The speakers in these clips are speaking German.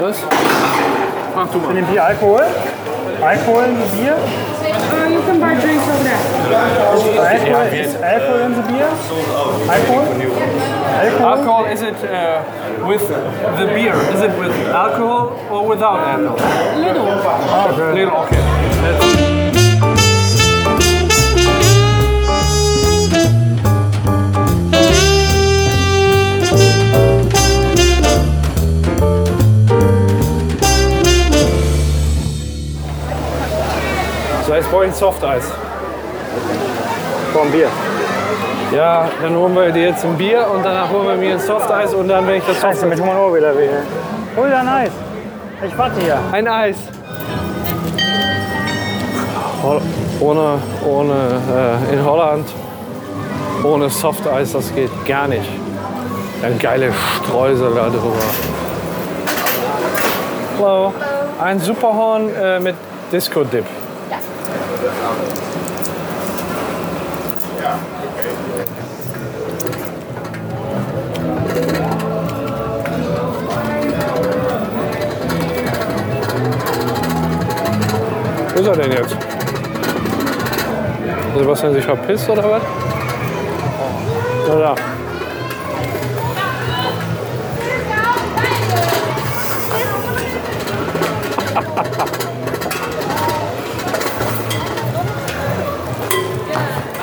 Was? Mach du In mal. dem Bier Alkohol? Alkohol in the Bier? Uh, you can buy drinks over there. Alkohol, ist Alkohol in the Bier? Alkohol? Alkohol? Alcohol, is it uh, with the beer? Is it with alcohol or without alcohol? Little. Little, okay. So, jetzt brauche ich ein Softeis. Vom Bier. Ja, dann holen wir dir jetzt ein Bier und danach holen wir mir ein Softeis und dann, wenn ich das Scheiße, mit Human Ohr wieder weh. Hol dir ein Eis. Oh Ich warte hier. Ein Eis. Hol- Ohne, ohne äh, in Holland, ohne Softeis, das geht gar nicht. Dann geile Streusel da drüber. Hello. Ein Superhorn äh, mit Disco-Dip. Wo ist er denn jetzt? Hat Sebastian sich verpisst oder was? Na da.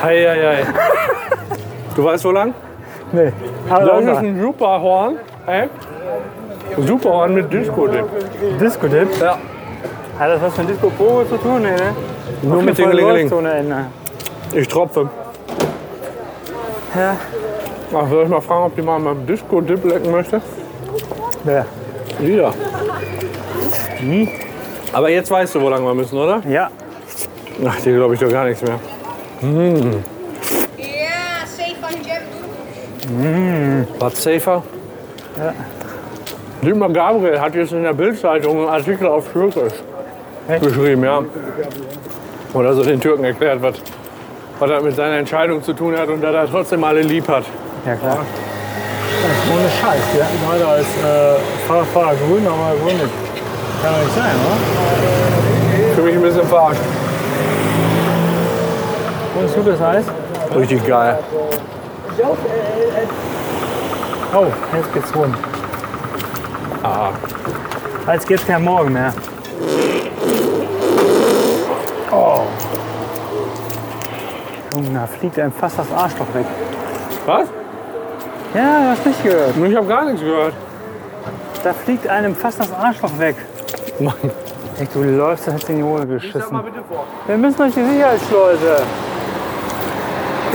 Hei, hei, hei. Du weißt wo lang? Nee. Aber Das da ist ist ein Superhorn. Ey. Superhorn mit Disco-Dip. ein Disco-Dip. Ja. Hat das was mit Disco-Pogo zu tun? Nee, ne? Nur mit dem Lingeling. Lingeling. Ich tropfe. Ja. Ach, soll ich mal fragen, ob die mal mit Disco-Dip lecken möchte? Ja. Wieder. Hm? Aber jetzt weißt du, wo lang wir müssen, oder? ja. Ach, dir glaube ich doch gar nichts mehr. Yeah, safe on Jeb. Was safer? Ja. Dilma Gabriel hat jetzt in der Bildzeitung einen Artikel auf Türkisch Echt? geschrieben, ja. Oder so den Türken erklärt, was, was er mit seiner Entscheidung zu tun hat und dass er trotzdem alle lieb hat. Ja, klar. Ohne Scheiß. Wir hatten heute als äh, Fahrer, Fahrer grün, aber grün nicht. Kann doch nicht sein, oder? Für mich ein bisschen verarscht. Und gutes Eis. Richtig geil. Oh, jetzt geht's rund. Ah. Jetzt geht's kein Morgen mehr. Oh. Junge, da fliegt einem fast das Arschloch weg. Was? Ja, du hast nicht gehört. Ich habe gar nichts gehört. Da fliegt einem fast das Arschloch weg. Mann. Ey, du läufst, da hast du in die Hose geschissen. bitte vor. Wir müssen durch die Sicherheitsleute.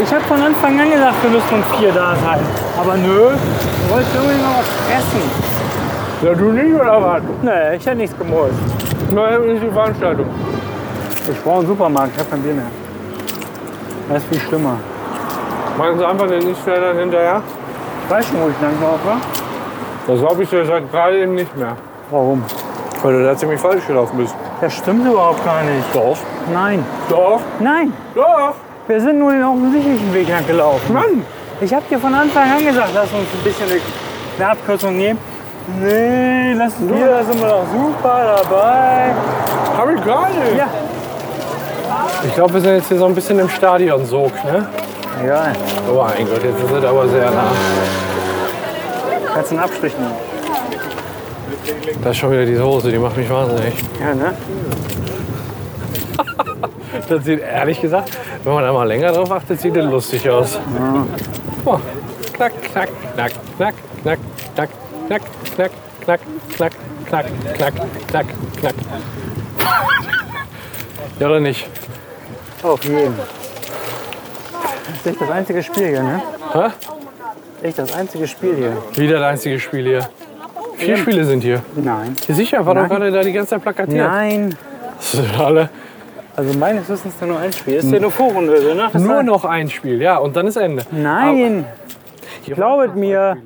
Ich habe von Anfang an gesagt, wir müssen um vier da sein. Aber nö, du wolltest irgendwie noch was essen. Ja, du nicht oder was? Nee, ich hätte nichts gemolzt. Nein, ist die Veranstaltung. Ich brauche einen Supermarkt, ich habe kein Bier mehr. Das ist viel schlimmer. Meinst du einfach den nicht schneller hinterher? Ich weiß schon, wo ich lang laufe. Das glaube ich dir seit gerade eben nicht mehr. Warum? Weil du da ziemlich falsch gelaufen bist. Das stimmt überhaupt gar nicht. Doch. Nein, Doch. nein. Doch. Wir sind nur den offensichtlichen Weg lang gelaufen. Mann. Ich habe dir von Anfang an gesagt, lass uns ein bisschen eine- eine Abkürzung nehmen. Nee, lass uns hier, da sind wir doch super dabei. Hab ich gar nicht. Ja. Ich glaube, wir sind jetzt hier so ein bisschen im Stadionsog, ne? Egal, Oh mein Gott, jetzt ist es aber sehr nah. kannst einen Abstrich nehmen. Das ist schon wieder diese Hose, die macht mich wahnsinnig. Ja, ne? Das sieht ehrlich gesagt, wenn man da mal länger drauf achtet, sieht das lustig aus. Oh. Knack, knack, knack, knack, knack, knack, knack, knack, knack, knack, knack, knack, knack, knack. ja oder nicht? Auf jeden. Das ist echt das einzige Spiel hier, ne? Hä? Echt das einzige Spiel hier. Wieder das einzige Spiel hier. Vier Spiele sind hier. Nein. Sicher, war doch Nein. gerade da die ganze Zeit plakatiert. Nein. Das sind alle. Also meines Wissens ist da nur ein Spiel. Ist ja nur Vorrunde, danach ist Nur da- noch ein Spiel, ja, und dann ist Ende. Nein! Glaubet mir!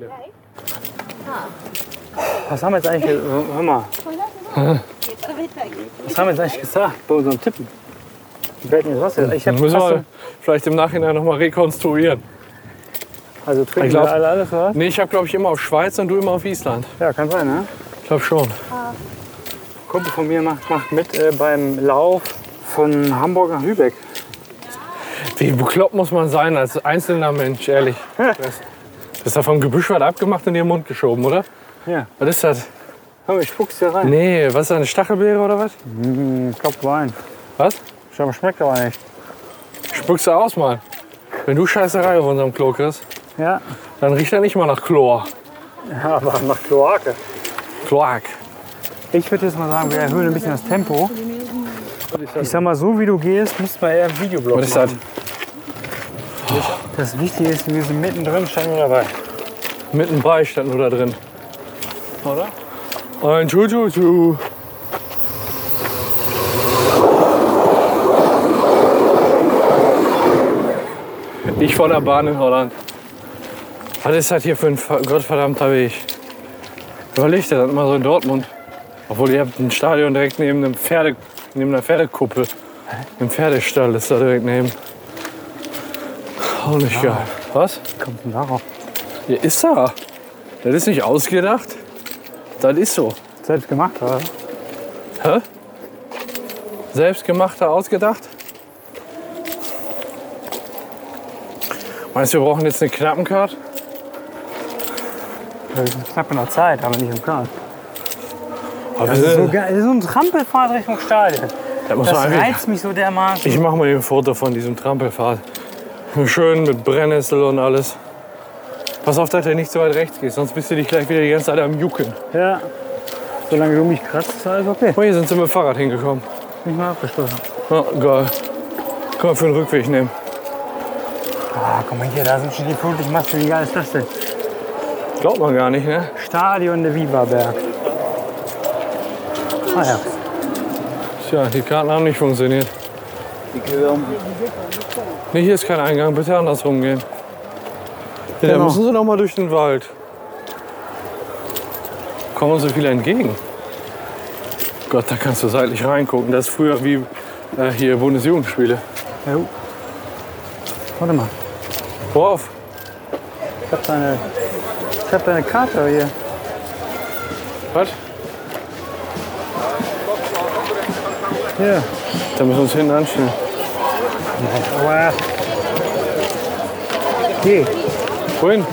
Was haben wir jetzt eigentlich. ge- Hör mal. Was haben wir jetzt eigentlich gesagt bei unserem Tippen? Fällt mir was jetzt? Ich hab Dann müssen wir fast, vielleicht im Nachhinein nochmal rekonstruieren. also trinken Ich glaub- wir alle alles, oder? Nee, ich habe, glaube ich, immer auf Schweiz und du immer auf Island. Ja, kann sein, ne? Ich glaube schon. Kumpel von mir macht, macht mit äh, beim Lauf von Hamburg nach Lübeck. Wie bekloppt muss man sein als einzelner Mensch, ehrlich. Das, das ist da vom Gebüsch was abgemacht und in den Mund geschoben, oder? Ja, Was ist das? komm, ich spuck's dir rein. Nee, was ist das, eine Stachelbeere oder was? Ich glaub Wein. Was? Ich glaub, schmeckt aber nicht. Spuckst du aus, Mann. Wenn du Scheißerei auf unserem Klo kriegst, Ja, dann riecht er nicht mal nach Chlor. aber nach Kloake. Kloak. Ich würde jetzt mal sagen, wir erhöhen ein bisschen das Tempo. Ich sag mal, so wie du gehst, musst du mal eher einen Videoblog Was ist das? machen. Das Wichtige ist, wir sind mittendrin, standen wir dabei. Mitten bei stand nur da drin. Oder? Ein Tututu. Ich von der Bahn in Holland. Was ist das hier für ein ver- gottverdammter Weg? Überleg dir das mal so in Dortmund. Obwohl ihr habt ein Stadion direkt neben, einem Pferde, neben einer Pferdekuppel. Im Pferdestall ist da direkt neben. Auch nicht geil. Was? Kommt denn darauf? Ja, ist er. Das ist nicht ausgedacht. Das ist so. Selbst gemacht, oder? Hä? Selbstgemachter ausgedacht? Meinst du, wir brauchen jetzt eine Knappencard? Wir sind knapp in der Zeit, aber nicht im Plan. Aber Das ist so geil. Das ist so ein Trampelfahrt Richtung Stadion. das muss Das man Also- eigentlich- reizt mich so dermaßen. ich mache mal eben ein Foto von diesem Trampelfahrt. Schön mit Brennnessel und alles. Pass auf, dass du nicht zu weit rechts gehst, sonst bist du dich gleich wieder die ganze Zeit am Jucken. Ja. Solange du mich kratzt, ist alles okay. Oh, hier sind sie mit dem Fahrrad hingekommen. Nicht mal abgeschlossen. Ja, geil. Können wir für den Rückweg nehmen. Ah, guck mal hier, da sind schon die Flutlichtmasten. Wie geil ist das denn? Glaubt man gar nicht, ne? Stadion de Vivaberg. Ah ja. Tja, die Karten haben nicht funktioniert. Nee, hier ist kein Eingang, bitte andersrum gehen. Ja, Da Genau. müssen sie noch mal durch den Wald. Kommen uns so viele entgegen. Gott, da kannst du seitlich reingucken. Das ist früher wie äh, hier Bundesjugendspiele. Jo. Warte mal. Worauf? Ich hab deine, ich hab deine Karte hier. Was? Hier. Da müssen wir uns hinten anstellen. Aua. Geh. Wohin?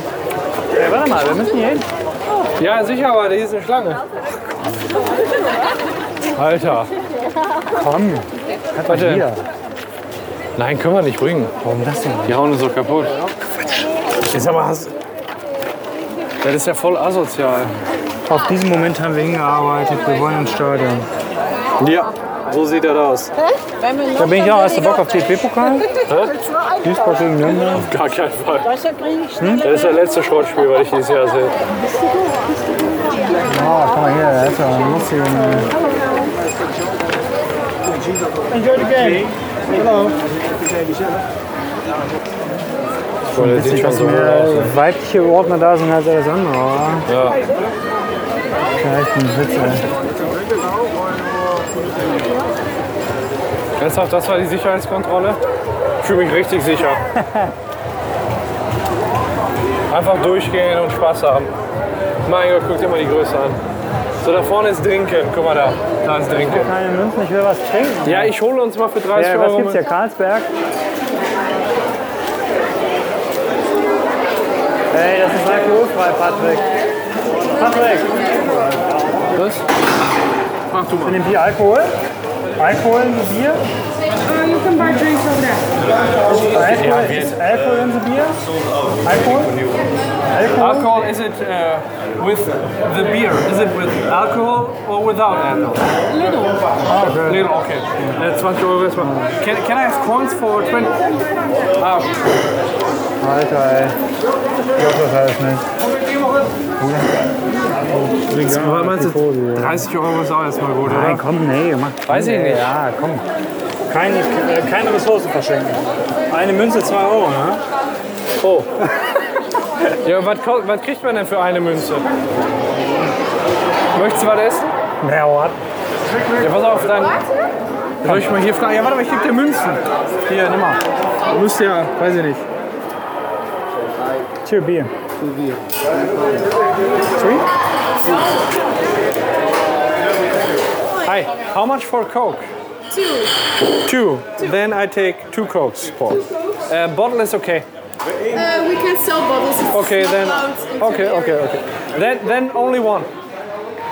Ey, Äh, warte mal, wir müssen hier hin. Ja, sicher, aber hier ist eine Schlange. Alter. Komm. Was denn? Hier. Nein, können wir nicht bringen. Warum das denn? Die hauen uns doch kaputt. Ich sag mal, hast... Das ist ja voll asozial. Auf diesen Moment haben wir hingearbeitet. Wir wollen ins Stadion. Ja, so sieht das aus. Da bin nou ich auch. Hast du Bock auf DFB-Pokal? Duisburg gegen Nürnberg. Auf gar keinen Fall. Das ist das letzte Schrottspiel, was ich dieses Jahr sehe. Oh, guck mal hier, da ist ja ein lustiger Name. Oh, der sieht Witzig, schon was so gut aus. mehr weibliche Ordner da sind als alles andere. oder? Ja. Vielleicht ein Witz, ey. Ernsthaft, das war die Sicherheitskontrolle? Ich fühle mich richtig sicher. Einfach durchgehen und Spaß haben. Mein Gott, guck dir mal die Größe an. So, da vorne ist Drinken. Guck mal da. Da ist Drinken. Keine Münzen, ich will was trinken. Ja, ich hole uns mal für 30 Ja, was Euro. gibt's mit- hier? Karlsberg? Ey, das ist alkoholfrei, Patrick. Patrick, Was? Ach, du mal. in dem Bier Alkohol? Alkohol in dem Bier? Uh, you can buy drinks over there. Alkohol, ist Alkohol in dem Bier? Alkohol? Alkohol? Alcohol, is it uh, with the beer? Is it with alcohol or without alcohol? Little. Little, okay. Uh, 20 Euro erstmal. Can, can I have coins for 20? Ah, Alter, ey. Ich glaub das alles nicht. was meinst du? 30 Euro ist auch erstmal gut, Nein, oder? komm, nee, mach. Weiß ich nicht. Ja, komm. Keine, äh, keine Ressource verschenken. Eine Münze 2 Euro, ne? Oh. ja, was, kau- was kriegt man denn für eine Münze? Möchtest du was essen? Wer hat? Ja, pass auf, dann. Soll ich mal hier fragen? Ja, warte mal, ich geb dir Münzen. Hier, nimm mal. Du musst ja, weiß ich nicht. Two beer. Two beer. Three? How much for Coke? Two. Two. Then I take two Cokes. Paul. Uh, bottle is okay. Uh, we can sell bottles. It's Okay, not then. allowed in Okay, the okay, area. okay. Then, then only one.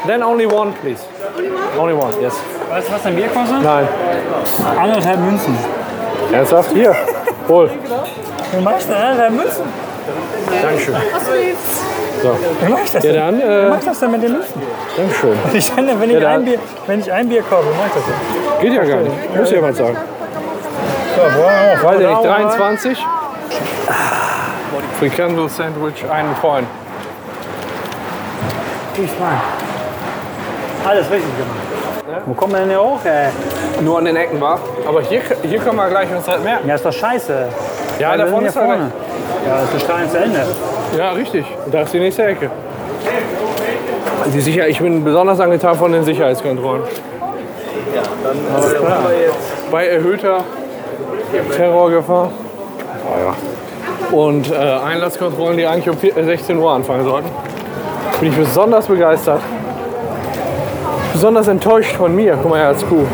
Then only one, please. Only one? Only one, yes. Weißt du, was ein Bier kostet? Nein. Anderthalb Münzen. Ernsthaft? Hier. Hol. Du magst anderthalb Münzen? Dankeschön. Was willst So. Wie mach ich das Ja, denn? dann, Wie äh, mach ich das denn mit den Münzen? Dankeschön. Ich finde, wenn ich, Ja, ein dann- Bier, wenn ich ein Bier kaufe, mach ich das denn? Geht ja gar nicht. Muss jemand sagen. So, wow, Ah. Weiß ich nicht, 23? Frikandel Sandwich, einen Point. Ich mag. Alles richtig gemacht. Wo kommen wir denn hier hoch, ey? Nur an den Ecken war. Aber hier, hier können wir gleich uns halt merken. Ja, ist doch scheiße. Ja, Weil wir davon sind ist hier er vorne. Ja, das ist Stein zu Ende. Ja, richtig. Und da ist die nächste Ecke. Die Sicher ich bin besonders angetan von den Sicherheitskontrollen. Bei erhöhter Terrorgefahr. Ah, Und äh, Einlasskontrollen, die eigentlich um vier- äh, 16 Uhr anfangen sollten. Bin ich besonders begeistert. Besonders enttäuscht von mir. Guck mal her als Kuh.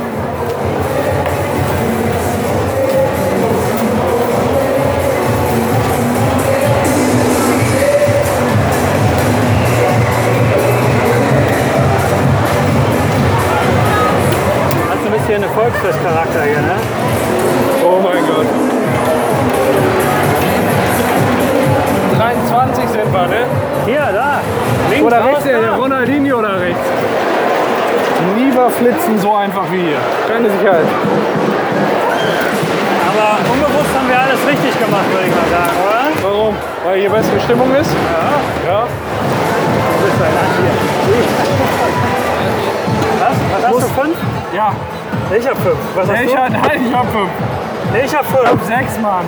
Hat so ein bisschen einen Volksfestcharakter hier, ne? Oh mein Gott. 23 sind wir, ne? Hier, da. Links Oder raus, rechts, da. der Ronaldinho da rechts. Nie verflitzen so einfach wie hier. Keine Sicherheit. Aber unbewusst haben wir alles richtig gemacht, würde ich mal sagen, oder? Warum? Weil hier bessere Stimmung ist? Ja. Das ist ein Land hier. Was? Was hast du fünf? Ja. Ja. Nee, Ich hab fünf. Was hast Ich du? hab, nein, ich hab fünf. Nee, ich hab fünf. Sechs, Mann.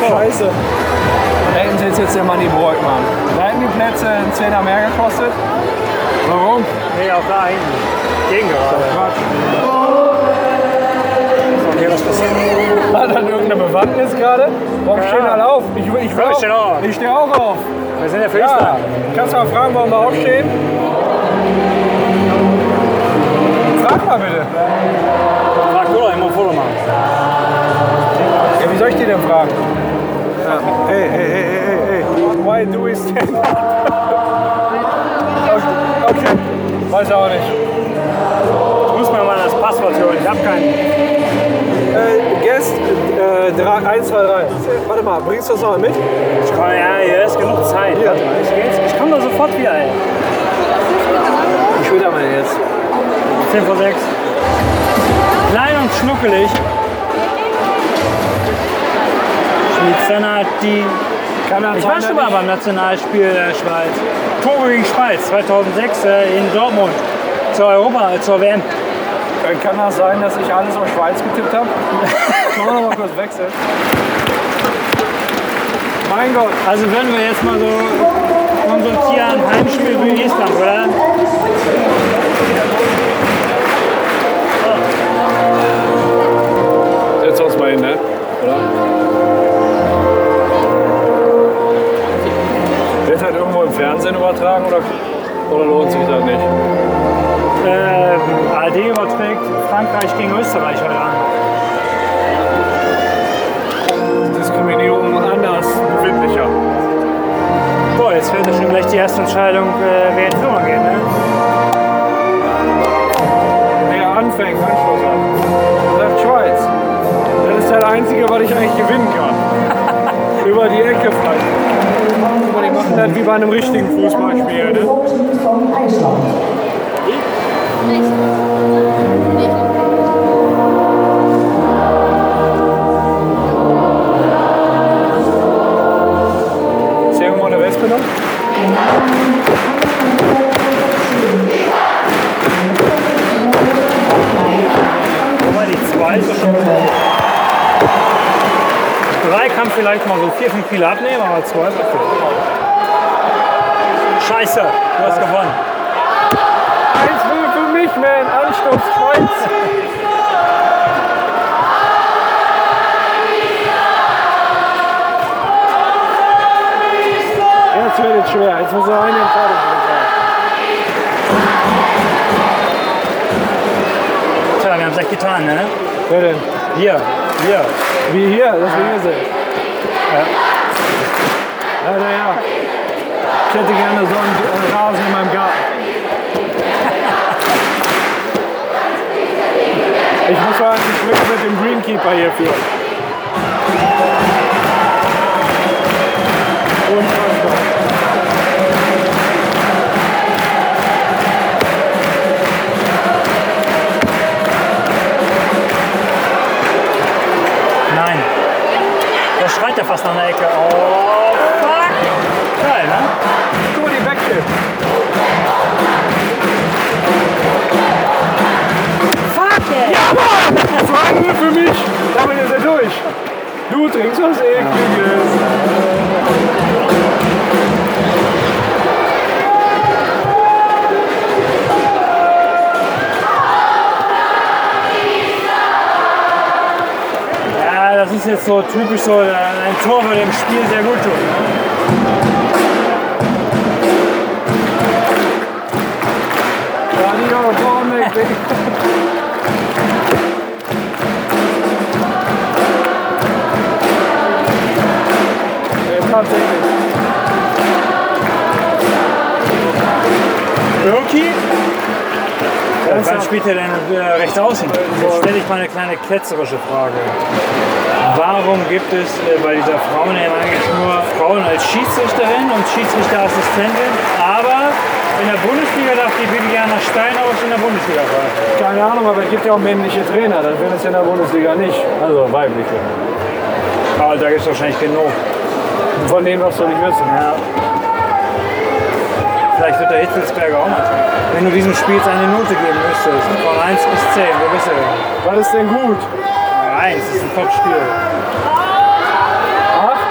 Scheiße. Da hinten sitzt jetzt der Manni Breukmann. Da hätten die Plätze einen Zehner mehr gekostet. Warum? Nee, auch da hinten. Gegen gerade. Quatsch. Und hier was passiert. Hat dann irgendeine Bewandtnis gerade? Warum Ja. stehen alle auf? Ich, ich, will Ja, ich steh auch auf. ich stehe auch auf. Wir sind ja für Ja. Island. Kannst du mal fragen, warum wir aufstehen? Frag mal bitte. Frag du doch immer ein Foto machen. Ja, wie soll ich die denn fragen? Ja. Hey, hey, hey, hey, hey, hey. Why do we stand up? Okay. okay. Weiß auch nicht. Ich muss mir mal das Passwort holen. Ich hab keinen. Äh, Guest äh, 3, 1, 2, 3. Warte mal, bringst du das nochmal mit? Ich komm, ja, hier ist genug Zeit. Hier. Warte mal, ich, geh jetzt- ich komm da sofort wieder, ey. Ich will da mal jetzt. 10 vor 6. Klein und schnuckelig. Schmitzanati. Ich war schon mal beim Nationalspiel der Schweiz. Togo gegen Schweiz 2006 äh, in Dortmund. Zur Europa, äh, zur WM. Äh, Kann das sein, dass ich alles auf Schweiz getippt habe? Können wir nochmal kurz wechseln? Mein Gott. Also würden wir jetzt mal so konsultieren, Heimspiel gegen Island, oder? Jetzt uns mal hin, ne? Oder? Wird halt irgendwo im Fernsehen übertragen oder, oder lohnt sich das nicht? Ähm, ARD überträgt Frankreich gegen Österreich heute Abend. Diskriminierung anders befindlicher. So, jetzt wird schon gleich die erste Entscheidung, äh, wer in Führung geht, ne? Wer anfängt, Anschluss hat. Sagt Schweiz. Das ist das Einzige, was ich eigentlich gewinnen kann. Über die Ecke vielleicht. Aber die machen das wie bei einem richtigen Fußballspiel, ne? Ist irgendwo eine Wespe noch? Guck mal, die zweite schon. Drei kann vielleicht mal so vier, fünf Kilo abnehmen, aber zwei ist okay. Scheiße, du hast gewonnen. Eins will für mich, man. Anstoß Kreuz. Jetzt wird es schwer. Jetzt muss er eine Entscheidung treffen. nicht getan, ne? Wer denn? Hier, hier. Wie hier, dass wir hier sind. Ja. Ja, naja. Ich hätte gerne so einen äh, Rasen in meinem Garten. Ich muss sagen, ich schmücke mit dem Greenkeeper hierfür. Unfassbar. Nein. Da schreit er fast an der Ecke. Oh, fuck. Geil, ne? Gut, die Wechsel. Fuck, ey. Hm? Fragen wir für mich. Damit ist er durch. Du trinkst was Ekliges. Ja, das ist jetzt so typisch so, äh, ein Tor würde dem Spiel sehr gut tun. Radio Comic. Äh, Tatsächlich. Birki? ist wann er- spielt er denn äh, rechts außen? Jetzt stelle ich mal eine kleine ketzerische Frage. Warum gibt es äh, bei dieser Frauen ja eigentlich nur Frauen als Schiedsrichterin und Schiedsrichterassistentin, aber in der Bundesliga darf die Bibiana Steinhaus in der Bundesliga fahren? Keine Ahnung, aber es gibt ja auch männliche Trainer. Das wäre es ja in der Bundesliga nicht. Also weibliche. Aber da gibt es wahrscheinlich genug. Von denen was soll ich wissen? Ja. Vielleicht wird der Hitzelsberger auch mal. Wenn du diesem Spiel jetzt eine Note geben müsstest, von 1 bis 10, wo bist du denn? Was ist denn gut? 1 ist ein Top-Spiel. Acht?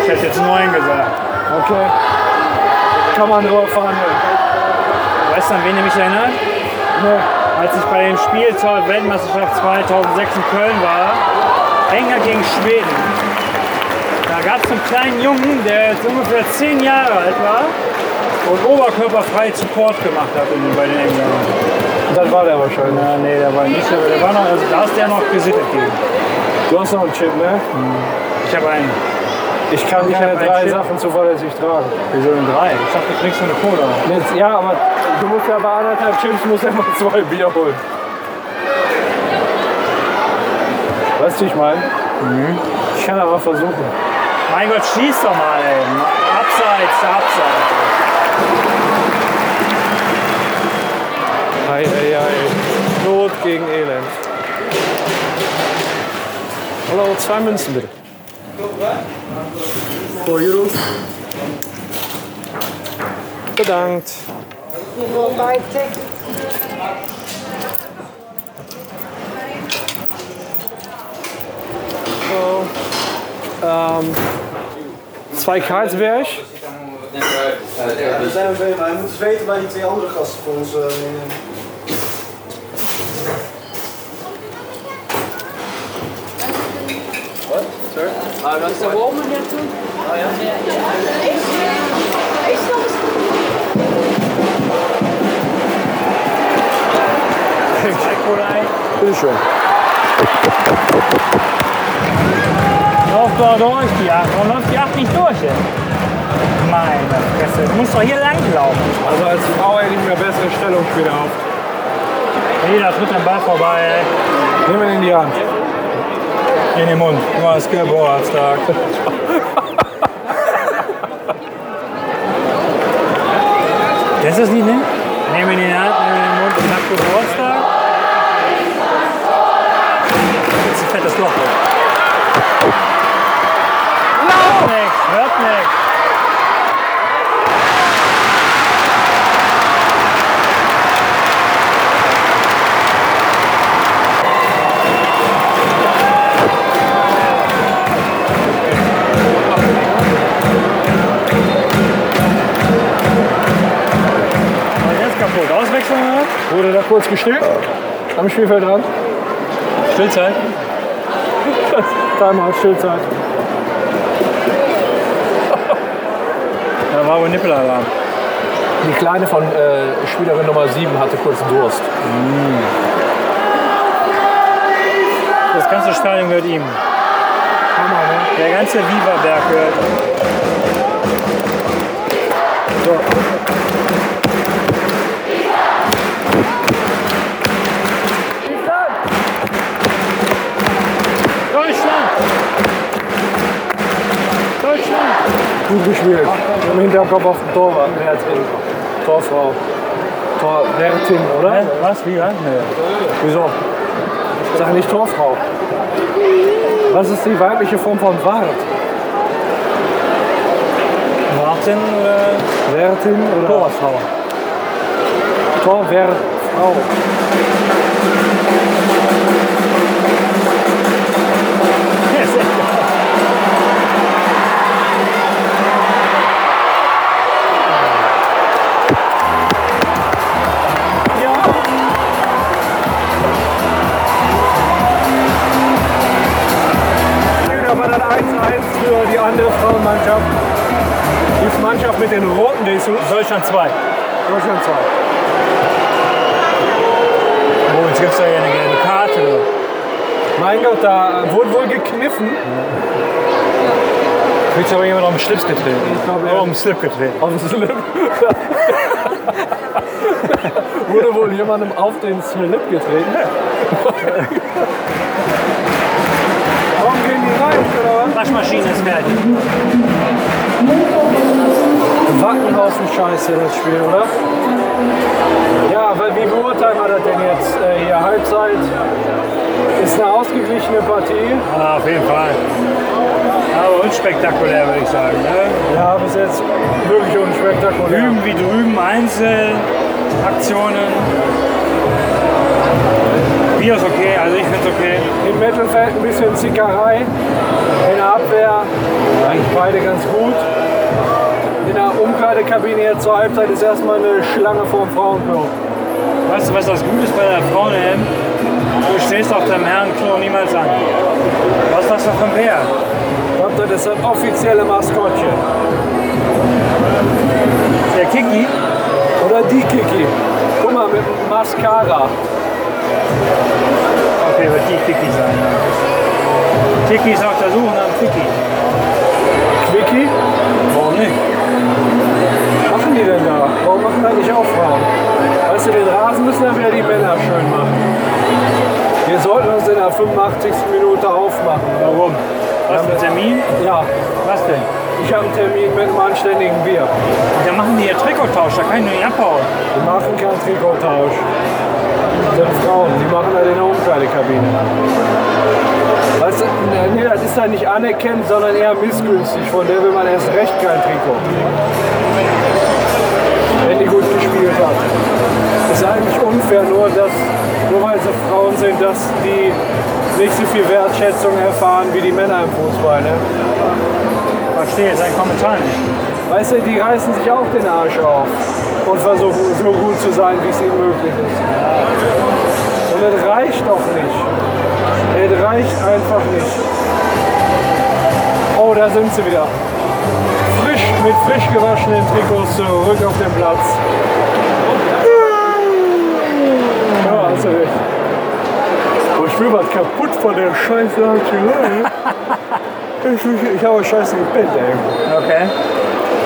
Ich hätte jetzt 9 gesagt. Okay. Kann man drüber verhandeln. Weißt du, an wen ihr mich erinnert? Ne. Als ich bei dem Spiel zur Weltmeisterschaft 2006 in Köln war, England gegen Schweden. Da gab es einen kleinen Jungen, der jetzt ungefähr 10 Jahre alt war und oberkörperfrei Support gemacht hat in, bei den Engländern. Das war der wahrscheinlich. Ja, nee, der war nicht, aber der war noch, also da ist der noch gesittet gegen. Du hast noch einen Chip, ne? Ich habe einen. Ich kann Ich keine hab einen drei Chip. Sachen zuverlässig tragen. Wieso denn drei? Ich dachte, du kriegst nur eine Cola. Jetzt, ja, aber du musst ja bei anderthalb Chips musst ja mal zwei Bier holen. Weißt du, ich meine? Ich kann aber versuchen. Mein Gott, schieß doch mal, ey. Abseits, abseits. Ei, ei, ei. Not gegen Elend. Hallo, zwei Münzen bitte. For Euro. Bedankt. So, ähm, zwei Karlsberg. Er zijn er twee, maar hij moet weten waar die twee andere gasten voor ons eh, meenemen. Zwei Cola, ey. Bitteschön. Lauf doch durch, die Acht. Warum läuft die Acht nicht durch, ey? Meine Fresse, du musst doch hier lang laufen. Also als Frau hätte ich mir bessere Stellung später auf. Nee, da tritt ein Ball vorbei, Nehmen wir in die Hand. ey. In den Mund. Du hast Geburtstag. Das ist nicht, ne? Nehmen wir den Hand, nehmen wir den Mund und sag Geburtstag. Das ist ein fettes Loch, ey. Hört nix, hört nix. Aber der ist kaputt. Auswechslung oder? Wurde da kurz gestillt? Am Spielfeldrand? Stillzeit. Timeout, Stillzeit. Da war wohl Nippelalarm. Die Kleine von äh, Spielerin Nummer 7 hatte kurz Durst. Das ganze Stadion gehört ihm. Hammer, ne? Der ganze Viva-Berg gehört. So. Deutschland! Deutschland! Gut gespielt. Im Hinterkopf auf dem Torwart. Wertin. Torfrau. Torwertin, Hä? oder? Was? Wie? Was? Nee. Wieso? Sag nicht Torfrau. Was ist die weibliche Form von Wart? Martin oder Wertin oder Torwartfrau? Torwertfrau? Da war dann 1-1 für die andere Frauenmannschaft. Die Mannschaft mit den roten Dessous. Deutschland 2. Deutschland 2. Oh, jetzt gibt es ja eine gelbe Karte. Mein Gott, da wurde wohl gekniffen. Jetzt aber jemand auf den Schlips getreten. Ich glaube, glaube, ja. auf den Slip getreten. Auf Oh, den Slip. wurde wohl jemandem auf den Slip getreten. Warum gehen die rein, oder Waschmaschine ist fertig. was? Wackenhausen-Scheiße, das Spiel, oder? Ja, weil wie beurteilen wir das denn jetzt äh, hier? Halbzeit ist eine ausgeglichene Partie. Ah, auf jeden Fall. Aber unspektakulär, würde ich sagen. Ne? Ja, bis jetzt wirklich unspektakulär. Drüben wie drüben, Einzelaktionen. Bier ist okay, also ich finde es okay. Im Mittelfeld ein bisschen Zickerei. In der Abwehr eigentlich beide ganz gut. In der Umkleidekabine jetzt zur Halbzeit ist erstmal eine Schlange vorm Frauenklo. Weißt du, was das Gute ist bei der Frauen-EM? Du stehst auf deinem Herrenklo niemals an. Was ist das doch von Bär? Ich glaube, das ist das offizielle Maskottchen. Der Kiki? Oder die Kiki. Guck mal, mit dem Mascara. Okay, wird die Kiki sein. ja. Kiki ist auf der Suche nach dem Kiki. Quickie? Warum nicht? Was machen die denn da? Warum machen da nicht auch Frauen? Weißt du, den Rasen müssen dann wieder die Männer schön machen. Wir sollten uns in der 85. Minute aufmachen. Warum? Was für ein Termin? Ja, Was denn? ich habe einen Termin mit einem anständigen Bier. Da machen die ja Trikottausch, da kann ich nur nicht abhauen. Die machen keinen Trikottausch. Das sind Frauen, die machen das in der Umkleidekabine. Weißt du, nee, das ist ja nicht anerkannt, sondern eher missgünstig. Von der will man erst recht kein Trikot. Wenn die gut gespielt hat. Ist eigentlich unfair, nur, dass, nur weil sie Frauen sind, dass die nicht so viel Wertschätzung erfahren wie die Männer im Fußball. Ne? Verstehe seinen Kommentar nicht. Weißt du, die reißen sich auch den Arsch auf und versuchen so gut zu sein, wie es ihnen möglich ist. Und das reicht doch nicht. Das reicht einfach nicht. Oh, da sind sie wieder. Frisch, mit frisch gewaschenen Trikots zurück auf den Platz. Ja, hast du recht. Boah, ich bin mal kaputt von der Scheiße. Ich, ich, ich habe scheiße gepennt, ey. Okay.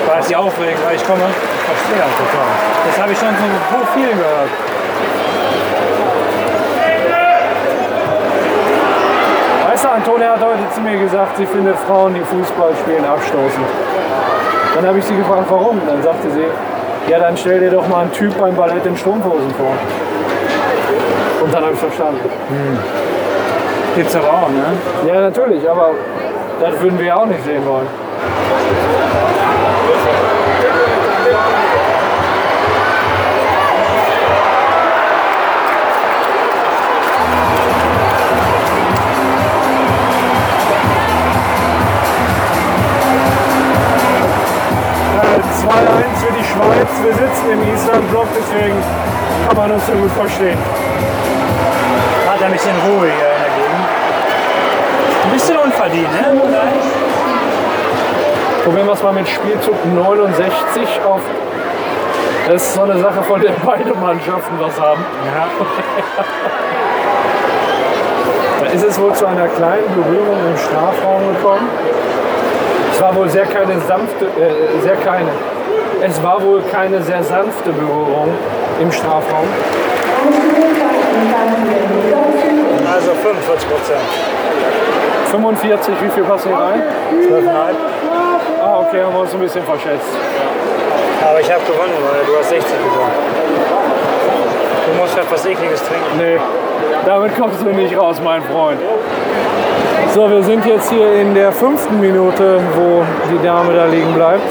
War es die Aufregung, weil ich komme? Verstehe das total. Das habe ich schon von so vielen gehört. Weißt du, Antonia hat heute zu mir gesagt, sie findet Frauen, die Fußball spielen, abstoßend. Dann habe ich sie gefragt, warum. Dann sagte sie, ja, dann stell dir doch mal einen Typ beim Ballett in Strumpfhosen vor. Und dann habe ich verstanden. Gibt's aber auch, ne? Ja, natürlich, aber das würden wir ja auch nicht sehen wollen. Äh, 2-1 für die Schweiz. Wir sitzen im Island-Block, deswegen kann man uns so gut verstehen. Hat er mich in Ruhe hier in der Gegend. Ein bisschen unverdient, ne? Probieren wir es mal mit Spielzug 69 auf. Das ist so eine Sache, von der beide Mannschaften was haben. Ja. Das ist es wohl zu einer kleinen Berührung im Strafraum gekommen. Es war wohl sehr keine sanfte, äh, sehr keine. Es war wohl keine sehr sanfte Berührung im Strafraum. Also 45 Prozent. 45, wie viel passen hier rein? 12,5. Ah, okay, haben wir uns ein bisschen verschätzt. Aber ich habe gewonnen, weil du hast 60 gewonnen. Du musst halt was Ekliges trinken. Nee, damit kommst du nicht raus, mein Freund. So, wir sind jetzt hier in der fünften Minute, wo die Dame da liegen bleibt.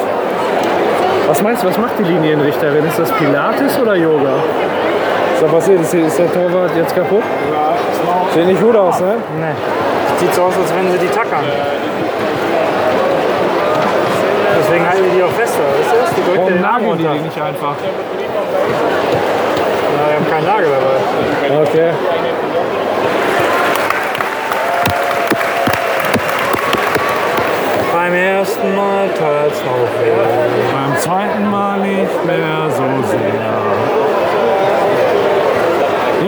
Was meinst du, was macht die Linienrichterin? Ist das Pilates oder Yoga? So, was ist das hier? Ist der Torwart jetzt kaputt? Sieht nicht gut aus, ne? Nee. Sieht so aus, als wenn sie die tackern. Deswegen halten die die auch fester. Ist das? Die drückt Warum den Arm nageln die runter. die nicht einfach? Na, wir haben keinen Nagel dabei. Okay. Beim ersten Mal teils noch weh. Beim zweiten Mal nicht mehr so sehr.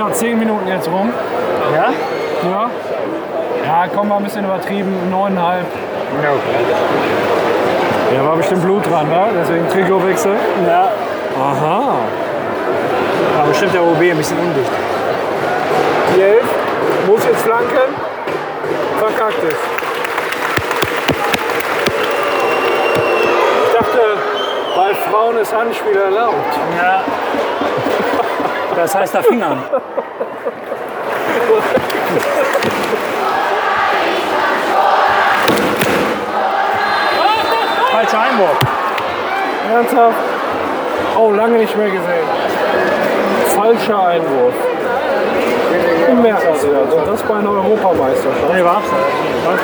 Ja, zehn Minuten jetzt rum. Ja? Ja. Ja, komm mal ein bisschen übertrieben, neuneinhalb. Ja, okay. Ja, war bestimmt Blut dran, ne? Deswegen Trikotwechsel. Ja. Aha. Aber bestimmt der OB ein bisschen undicht. Die Elf muss jetzt flanken. Verkackt es. Ich dachte, bei Frauen ist Handspiel erlaubt. Ja. Das heißt, da Fingern. Falscher Einwurf. Ernsthaft? Oh, lange nicht mehr gesehen. Falscher Einwurf. Bemerkenswert. Und das bei einer Europameisterschaft. Nee, war Abseits.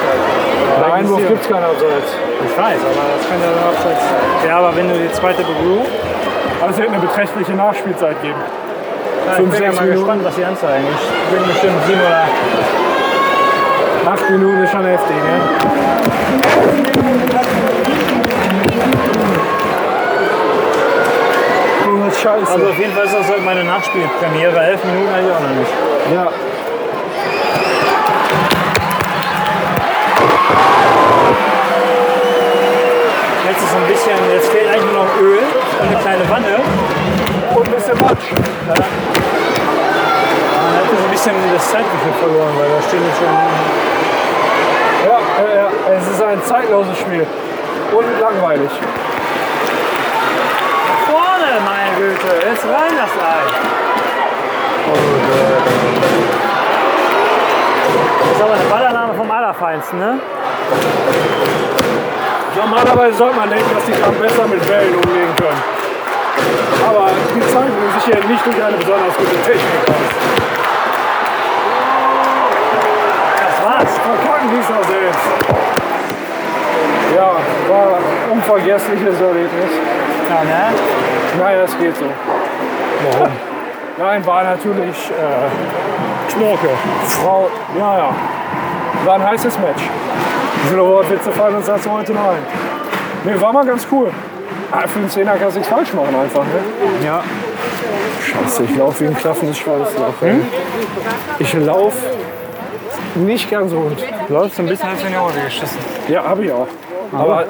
Bei Bei Einwurf gibt es keinen Abseits. Ich weiß, aber das könnte dann Abseits sein. Ja, aber wenn du die zweite Berührung. Aber es hätte eine beträchtliche Nachspielzeit geben. ich bin ja sechs mal Minuten. gespannt, was die anzeigen. Ich bin bestimmt sieben oder Acht Minuten ist schon heftig, ne? Oh, was scheiße. Also auf jeden Fall ist das heute meine Nachspielpremiere. Elf Minuten eigentlich auch noch nicht. ja. Jetzt ist so ein bisschen, jetzt fehlt eigentlich nur noch Öl und eine kleine Wanne. Und ein bisschen Matsch. Man hat so ein bisschen das Zeitgefühl verloren, weil da stehen jetzt schon. Ja, ja, ja, es ist ein zeitloses Spiel. Und langweilig. Vorne, meine Güte, jetzt rein das Ei. Das ist aber eine Ballername vom Allerfeinsten, ne? Normalerweise sollte man denken, dass die Kram besser mit Wellen umgehen können. Aber die zeigen sich hier nicht durch eine besonders gute Technik aus. Das war's. Verkacken die es noch selbst. Ja, war ein unvergessliches Erlebnis. Ja, ne? Naja, es geht so. Warum? Nein, war natürlich äh, Schnorke. Frau. Ja, ja. War ein heißes Match. Diese Wortwitze fallen uns dazu heute noch ein. Nee, war mal ganz cool. Ah, für den Zehner kannst du nichts falsch machen einfach, ne? Ja. Scheiße, ich laufe wie ein klaffendes Schweißloch. Hm? Ich lauf nicht ganz rund. Läuft so ein bisschen, als wenn die Hose geschissen. Ja, habe ich auch. Aber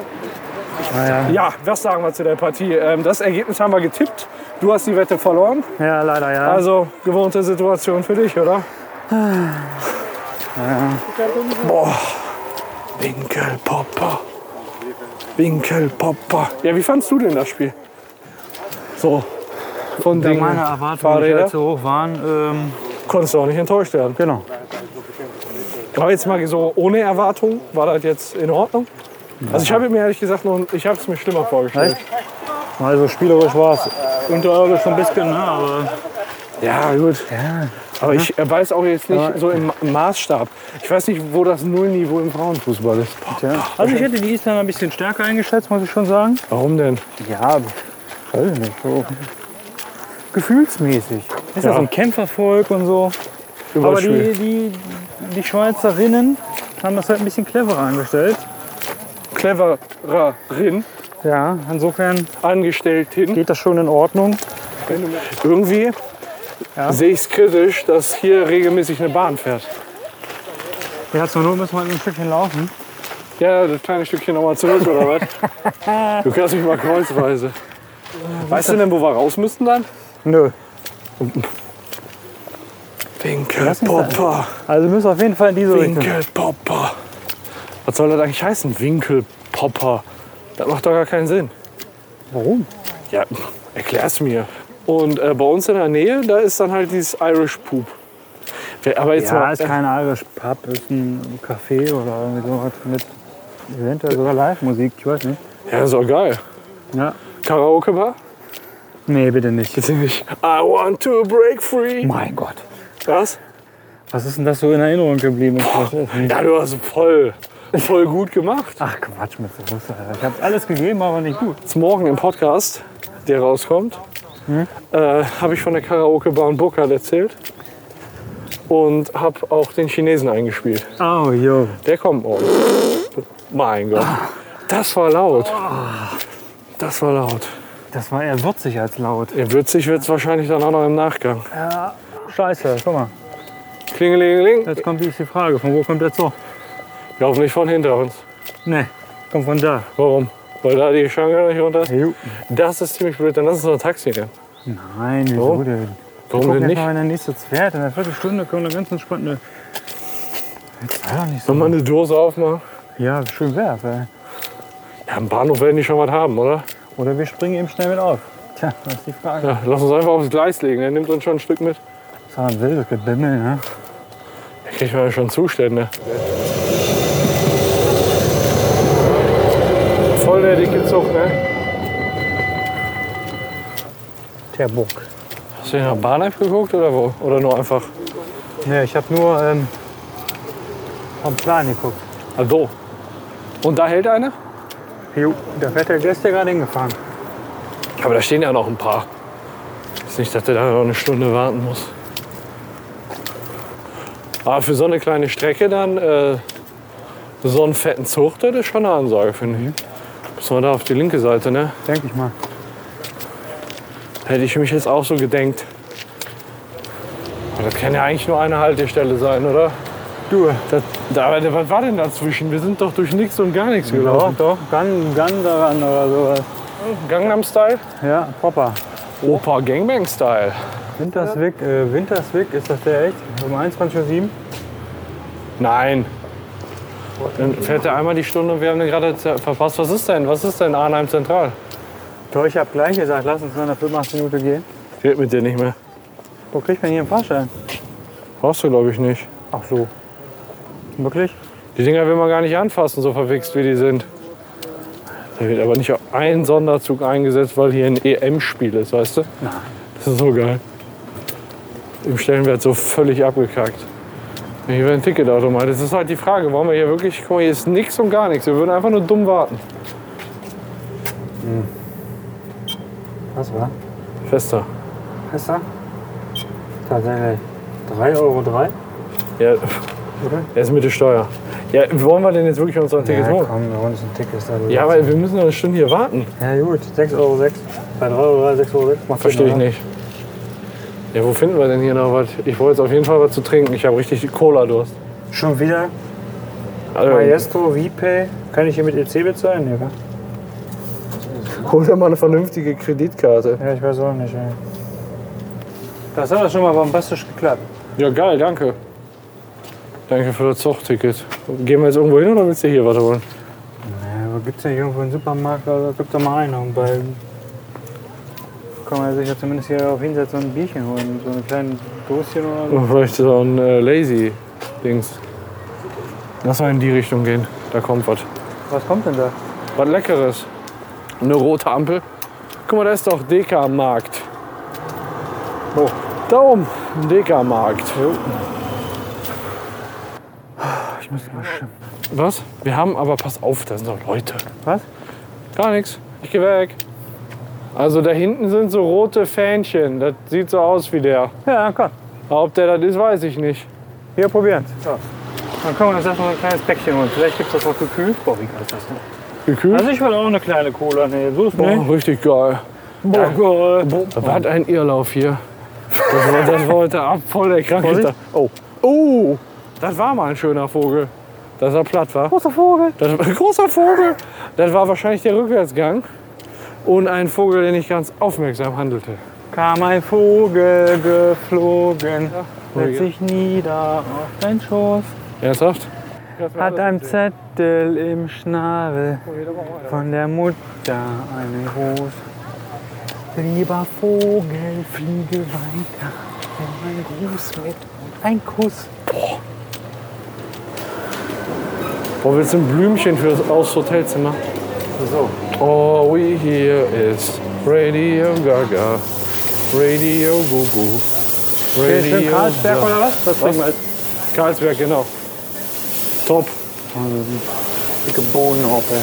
Naja. ja, was sagen wir zu der Partie? Ähm, das Ergebnis haben wir getippt. Du hast die Wette verloren. Ja, leider, ja. Also gewohnte Situation für dich, oder? Boah. Winkelpopper. Winkelpopper. Ja, wie fandst du denn das Spiel? So. Von Da Dingen. meine Erwartungen nicht Fahrräder? allzu hoch waren, ähm, Konntest du auch nicht enttäuscht werden. genau. Aber jetzt mal so ohne Erwartung, war das jetzt in Ordnung? Also ich habe mir ehrlich gesagt noch, ich habe es mir schlimmer vorgestellt. Also spielerisch war es unterirdisch ein bisschen, ne? aber Ja, gut. Aber ne? ich äh, weiß auch jetzt nicht so im Ma- Maßstab. Ich weiß nicht, wo das Nullniveau im Frauenfußball ist. Also ich hätte die Isländer ein bisschen stärker eingeschätzt, muss ich schon sagen. Warum denn? Ja, weiß ich nicht. So. Gefühlsmäßig. Ist ja so ein Kämpfervolk und so. Aber die, Überspiel. die, die Schweizerinnen haben das halt ein bisschen cleverer angestellt. Clevererin, Ja, insofern angestellt hin. geht das schon in Ordnung. Irgendwie sehe ich es kritisch, dass hier regelmäßig eine Bahn fährt. Ja, zur Not müssen wir halt ein Stückchen laufen. Ja, das kleine Stückchen nochmal zurück, oder was? Du kannst mich mal kreuzweise. Weißt du denn, wo wir raus müssten dann? Nö. Winkelpopper, Also wir müssen auf jeden Fall in diese Richtung. Winkelpopper. Was soll das eigentlich heißen, Winkelpopper? Das macht doch gar keinen Sinn. Warum? Ja, erklär's mir. Und äh, bei uns in der Nähe, da ist dann halt dieses Irish Poop. Wer- Aber jetzt Ja, mal, ist kein Irish Pub, ist ein Café oder irgendwie sowas mit eventuell sogar Live-Musik, ich weiß nicht. ja, ist doch geil. Ja. Karaoke Bar? Nee, bitte nicht. Bitte nicht. I want to break free. Mein Gott. Was? Was ist denn das so in Erinnerung geblieben? Ich weiß es nicht. Ja, du hast voll, voll gut gemacht. Ach Quatsch mit sowas, Alter. Ich hab's alles gegeben, aber nicht gut. Jetzt morgen im Podcast, der rauskommt, Hm? äh, habe ich von der Karaoke-Bar in Burkhardt erzählt. Und habe auch den Chinesen eingespielt. Oh, jo. Der kommt morgen. Mein Gott. Das war laut. Das war laut. Das war eher würzig als laut. Ja, würzig wird es wahrscheinlich dann auch noch im Nachgang. Scheiße, guck mal. Klingelingeling. Jetzt kommt wirklich die Frage, von wo kommt der Zug? Ja, hoffentlich von hinter uns. Nee, kommt von da. Warum? Weil da die Schranke nicht runter ist? Jo. Das ist ziemlich blöd. Dann lass uns noch ein Taxi nehmen. Nein, wieso So. denn? Warum Guck denn jetzt nicht? mal, wenn der nächste fährt. In einer Viertelstunde kommt eine ganz entspannte... Jetzt sei doch nicht so. Wenn man eine Dose aufmachen? Ja, schön wär's, äh. ey. Ja, am Bahnhof werden die schon was haben, oder? Oder wir springen eben schnell mit auf. Tja, das ist die Frage. Ja, lass uns einfach aufs Gleis legen. Der nimmt uns schon ein Stück mit. Das war ein wildes Gebimmel, ne? Da kriegt man ja schon Zustände. Voll der dicke Zug, ne? Der Burg. Hast du in der Bahn-App geguckt oder wo? Oder nur einfach? Ne, ich habe nur ähm, am Plan geguckt. Also. Und da hält einer? Jo, da fährt der Gäste gerade hingefahren. Aber da stehen ja noch ein paar. Ist nicht, dass du da noch eine Stunde warten musst. Aber für so eine kleine Strecke dann äh, so einen fetten Zug, das ist schon eine Ansage, finde ich. Müssen wir da auf die linke Seite, ne? Denke ich mal. Hätte ich mich jetzt auch so gedenkt. Aber das kann ja eigentlich nur eine Haltestelle sein, oder? Du, Das, da, aber was war denn dazwischen? Wir sind doch durch nichts und gar nichts doch, gelaufen. doch. Gun, Gun daran oder sowas. Gangnam-Style? Ja, Popper. Opa Gangbang-Style. Winterswick, äh, Winterswick, ist das der echt? Um 21.07 Uhr? Nein. Dann fährt er einmal die Stunde und wir haben den gerade zer- verpasst. Was ist denn? Was ist denn Arnheim Zentral? Doch, ich habe gleich gesagt, lass uns nur nach 85 Minuten gehen. Geht mit dir nicht mehr. Wo kriegt man hier einen Fahrschein? Brauchst du, glaube ich, nicht. Ach so. Wirklich? Die Dinger will man gar nicht anfassen, so verwichst wie die sind. Da wird aber nicht ein Sonderzug eingesetzt, weil hier ein EM-Spiel ist, weißt du? Nein. Das ist so geil. Im Stellenwert so völlig abgekackt. Hier wäre ein Ticketautomat. Das ist halt die Frage, warum wir hier wirklich. Guck mal, hier ist nichts und gar nichts. Wir würden einfach nur dumm warten. Was war? Fester. Fester? Tatsächlich. 3,03 Euro? Ja, Oder? er ist mit der Steuer. Ja, wollen wir denn jetzt wirklich unser Ticket holen? komm, wir holen uns ein Ticket. Also Ja, aber wir müssen noch eine Stunde hier warten. Ja gut, 6,06 Euro. Bei 3,03 Euro, 6,06 Euro. Macht Verstehe ich Sinn, oder? nicht. Ja, wo finden wir denn hier noch was? Ich wollte jetzt auf jeden Fall was zu trinken. Ich habe richtig Cola-Durst. Schon wieder Ähm. Also, Maestro, VPay. Kann ich hier mit EC bezahlen? Ja, wa? hol dir mal eine vernünftige Kreditkarte. ja ich weiß auch nicht. Ey. Das hat doch schon mal bombastisch geklappt. Ja, geil, danke. Danke für das Zugticket. Gehen wir jetzt irgendwo hin oder willst du hier was holen? Ja, aber gibt's denn irgendwo einen Supermarkt? Also guck doch mal einen. Und bei kann man sich ja zumindest hier auf hinsetzen und ein Bierchen holen. So eine kleine Döschen oder so. Und vielleicht so ein äh, Lazy-Dings. Lass mal in die Richtung gehen. Da kommt was. Was kommt denn da? Was Leckeres. Eine rote Ampel. Guck mal, da ist doch Deka-Markt. Oh, da oben, ein Deka-Markt. Ich muss mal schimpfen. Was? Wir haben aber, pass auf, da sind doch Leute. Was? Gar nichts. Ich geh weg. Also da hinten sind so rote Fähnchen. Das sieht so aus wie der. Ja, komm. Ob der das ist, weiß ich nicht. Wir probieren es. Dann können wir uns erstmal ein kleines Päckchen holen. Vielleicht gibt es das auch gekühlt. Boah, wie geil ist das denn? Gekühlt? Also ich will auch eine kleine Cola. Nee, so ist Oh, nicht. richtig geil. Ne? Boah, Gott. Da war ein Irrlauf hier. Das war, das war heute ab voll der Kranke. Vorsicht. Oh. Oh. das war mal ein schöner Vogel, dass er platt war. Großer Vogel. Das war ein großer Vogel. Das war wahrscheinlich der Rückwärtsgang und ein Vogel, der nicht ganz aufmerksam handelte. Kam ein Vogel geflogen, Vogel. setzt sich nieder auf deinen Schoß, Ernsthaft? hat einen Zettel im Schnabel, von der Mutter einen Gruß. Lieber Vogel, fliege weiter, nimm einen Gruß mit und ein Kuss. Boah, willst du ein Blümchen für das aus Hotelzimmer? So, All we hear is Radio Gaga, Radio Gugu, okay, schön Radio Karlsberg Sa- oder was? Was trinken wir? Karlsberg, genau. Top. Dicke Bohnenhoppe.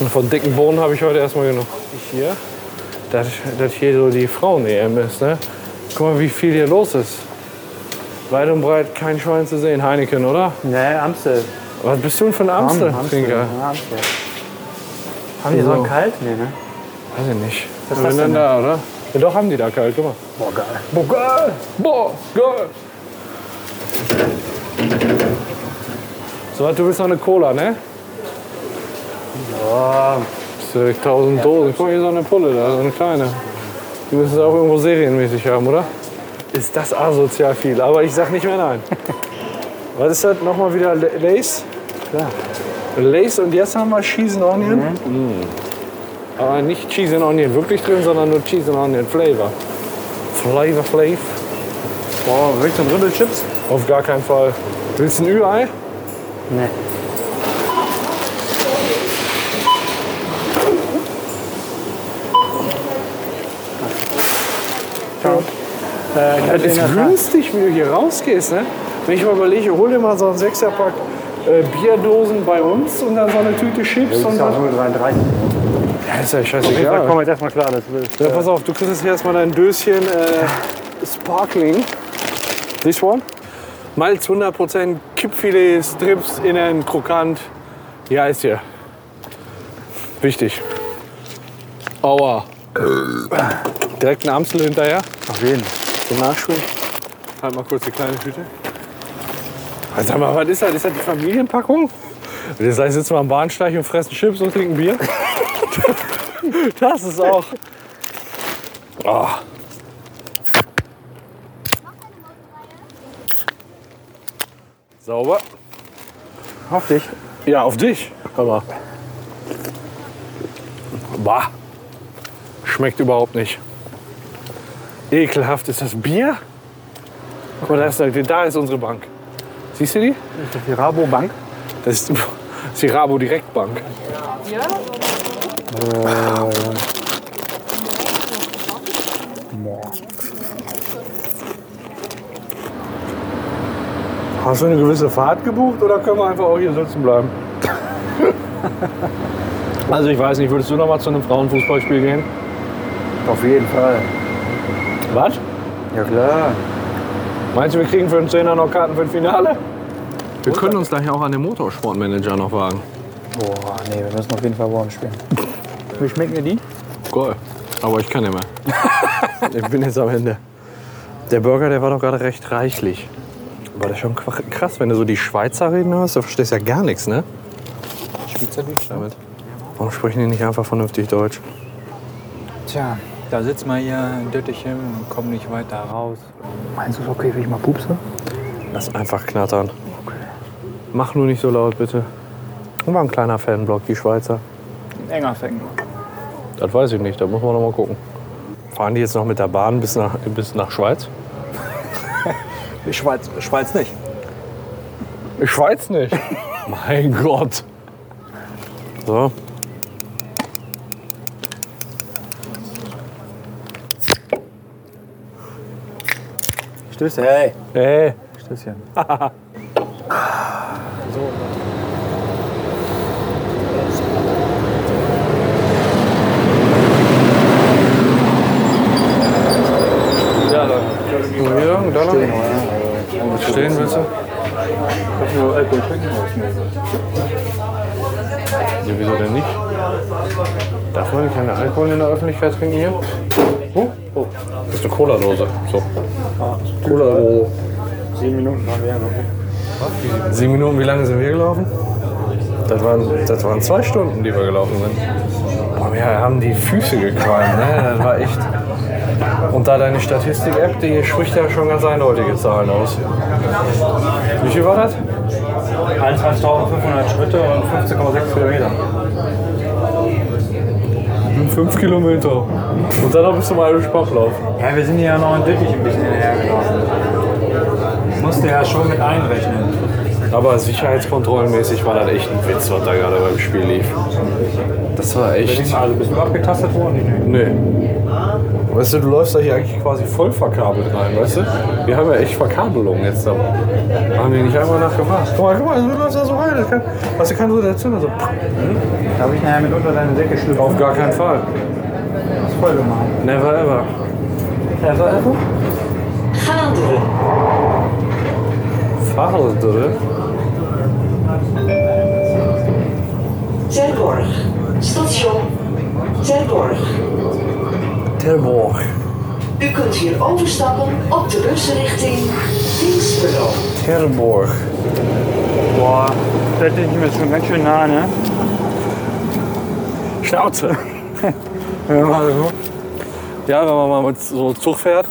Und von dicken Bohnen habe ich heute erstmal genug. Hier, dass, dass hier so die Frauen-EM ist, ne? Guck mal, wie viel hier los ist. Weit und breit kein Schwein zu sehen. Heineken, oder? Ne, Amstel. Was bist du denn für ein Amstel-Trinker? Ja, Amstel. Haben die so einen So. kalt? Nee, ne? Weiß ich nicht. Was Was ist das ist denn denn? da, oder? Ja, doch, haben die da kalt, guck mal. Boah, geil. Boah, geil! Boah, geil! So, was, du willst noch eine Cola, ne? Boah, Das sind 1000 Dosen. Guck mal, hier ist noch eine Pulle da, so eine kleine. Die müssen es auch irgendwo serienmäßig haben, oder? Ist das asozial viel, aber ich sag nicht mehr nein. was ist das? Nochmal wieder La- Lace? klar. Lace und jetzt haben wir Cheese and Onion. Mm. Aber nicht Cheese and Onion wirklich drin, sondern nur Cheese and Onion Flavor. Flavor, Flavor. Boah, willst du ein Ribbel Chips? Auf gar keinen Fall. Willst du ein Ü-Ei? Nee. Ciao. Äh, ich Das hatte in ist der Tat- günstig, wie du hier rausgehst. Ne? Wenn ich mal überlege, hol dir mal so einen Sechserpack äh, Bierdosen bei uns und dann so eine Tüte Chips. und ist ja auch dann, nur 33. ja, ist ja Ja. scheißegal. Komm jetzt erstmal klar, das willst Ja, pass auf, du kriegst jetzt hier erstmal dein Döschen äh, Sparkling. This one. Malz 100%, Kippfilet, Strips, innen, krokant. Ja, ist hier. Wichtig. Aua. Direkt ein Amsel hinterher. Auf jeden. Zum Nachspielen. Halt mal kurz die kleine Tüte. Also, sag mal, was ist das? Ist das die Familienpackung? Das heißt, sitzen wir am Bahnsteig und fressen Chips und trinken Bier? das ist auch. Oh. Sauber. Auf dich. Ja, auf dich. Hör mal. Bah. Schmeckt überhaupt nicht. Ekelhaft ist das Bier. Guck mal, da ist, da ist unsere Bank. Siehst du die? Ist das die Rabobank? Das ist, das ist die Rabo Direktbank. Äh, Hast du eine gewisse Fahrt gebucht oder können wir einfach auch hier sitzen bleiben? also ich weiß nicht, würdest du noch mal zu einem Frauenfußballspiel gehen? Auf jeden Fall. Was? Ja klar. Meinst du, wir kriegen für den Zehner noch Karten für ein Finale? Wir können uns gleich auch an den Motorsportmanager noch wagen. Boah, nee, wir müssen auf jeden Fall Worm spielen. Wie schmecken dir die? Goal. Aber ich kann nicht mehr. ich bin jetzt am Ende. Der Burger, der war doch gerade recht reichlich. Aber das ist schon qua- krass, wenn du so die Schweizer reden hörst, du verstehst ja gar nichts, ne? Schweizerdeutsch damit. Warum sprechen die nicht einfach vernünftig Deutsch? Tja, da sitzt man hier in Döttichen und kommt Hm, nicht weiter raus. Meinst du es okay, wenn ich mal pupse? Lass einfach knattern. Mach nur nicht so laut, bitte. War ein kleiner Fanblock, die Schweizer. Enger fängt. Das weiß ich nicht, da muss man noch mal gucken. Fahren die jetzt noch mit der Bahn bis nach, bis nach Schweiz? Schweiz, Schweiz nicht. Schweiz nicht. mein Gott. So. Stößchen. Hey. Ey. Stößchen. Ja, dann. Ja, da lang. Stehen willst du? Ja, wieso denn nicht? Darf man keine Alkohol in der Öffentlichkeit trinken hier? Ah, Oh, oh. Das ist eine Cola-Dose. So. Cola. Sieben Minuten haben wir ja noch. Sieben Minuten, wie lange sind wir gelaufen? Das waren, das waren zwei Stunden, die wir gelaufen sind. Boah, wir haben die Füße gequalmt, ne? Das war echt. Und da deine Statistik-App, die spricht ja schon ganz eindeutige Zahlen aus. Wie viel war das? 21.500 Schritte und 15,6 Kilometer. 5 Kilometer. Und dann noch bis zum Irish Pub laufen. Ja, wir sind ja noch in Dittich ein bisschen hinterhergelaufen. Das musste ja schon mit einrechnen. Aber sicherheitskontrollenmäßig war das echt ein Witz, was da gerade beim Spiel lief. Das war echt. Also bist du abgetastet worden? Nee. Weißt du, du läufst da hier eigentlich quasi voll verkabelt rein, weißt du? Wir haben ja echt Verkabelung jetzt da. Haben die nicht einmal nachgemacht. Guck mal, guck mal, du läufst da so rein. Das kann, weißt du, kann so der Zünder so. Habe ich nachher mit unter deine Decke schlüpfen. Auf gar keinen Fall. Das voll gemacht. Never ever. Ever, ever? Fahrrad, oder? Terborg. Station Terborg. Terborg. U kunt hier overstappen op de bus richting Dinspelo. Terborg. Boah, da denke ich mir schon ganz schön nah, ne? Schnauze. ja, wenn man mal mit so Zug fährt.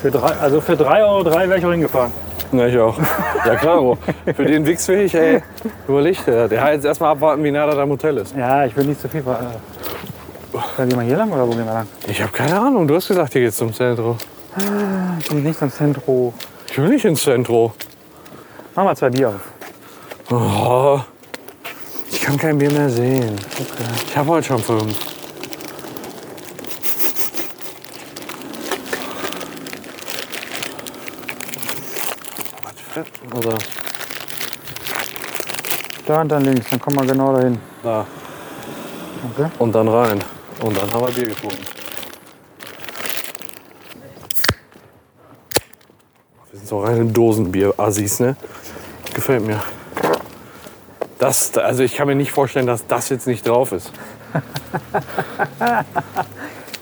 Für drei, also für 3,03 Euro wäre ich auch hingefahren. Na, ich auch. Ja, klar. Für den Wichsweg, ey. Überleg dir. Der hat jetzt erstmal abwarten, wie nah das am Hotel ist. Ja, ich will nicht zu viel. ver- äh, Dann gehen wir hier lang oder wo gehen wir lang? Ich habe keine Ahnung. Du hast gesagt, hier geht's zum Zentrum. Ich komme nicht ans Zentro. Ich will nicht ins Zentrum. Mach mal zwei Bier auf. Oh, ich kann kein Bier mehr sehen. Ich habe heute schon fünf. Was für- Oder Da und dann links, dann kommen wir genau dahin. da. Okay. Und dann rein. Und dann haben wir Bier getrunken. Wir sind so reine Dosenbier-Assis, ne? Gefällt mir. Das, also ich kann mir nicht vorstellen, dass das jetzt nicht drauf ist.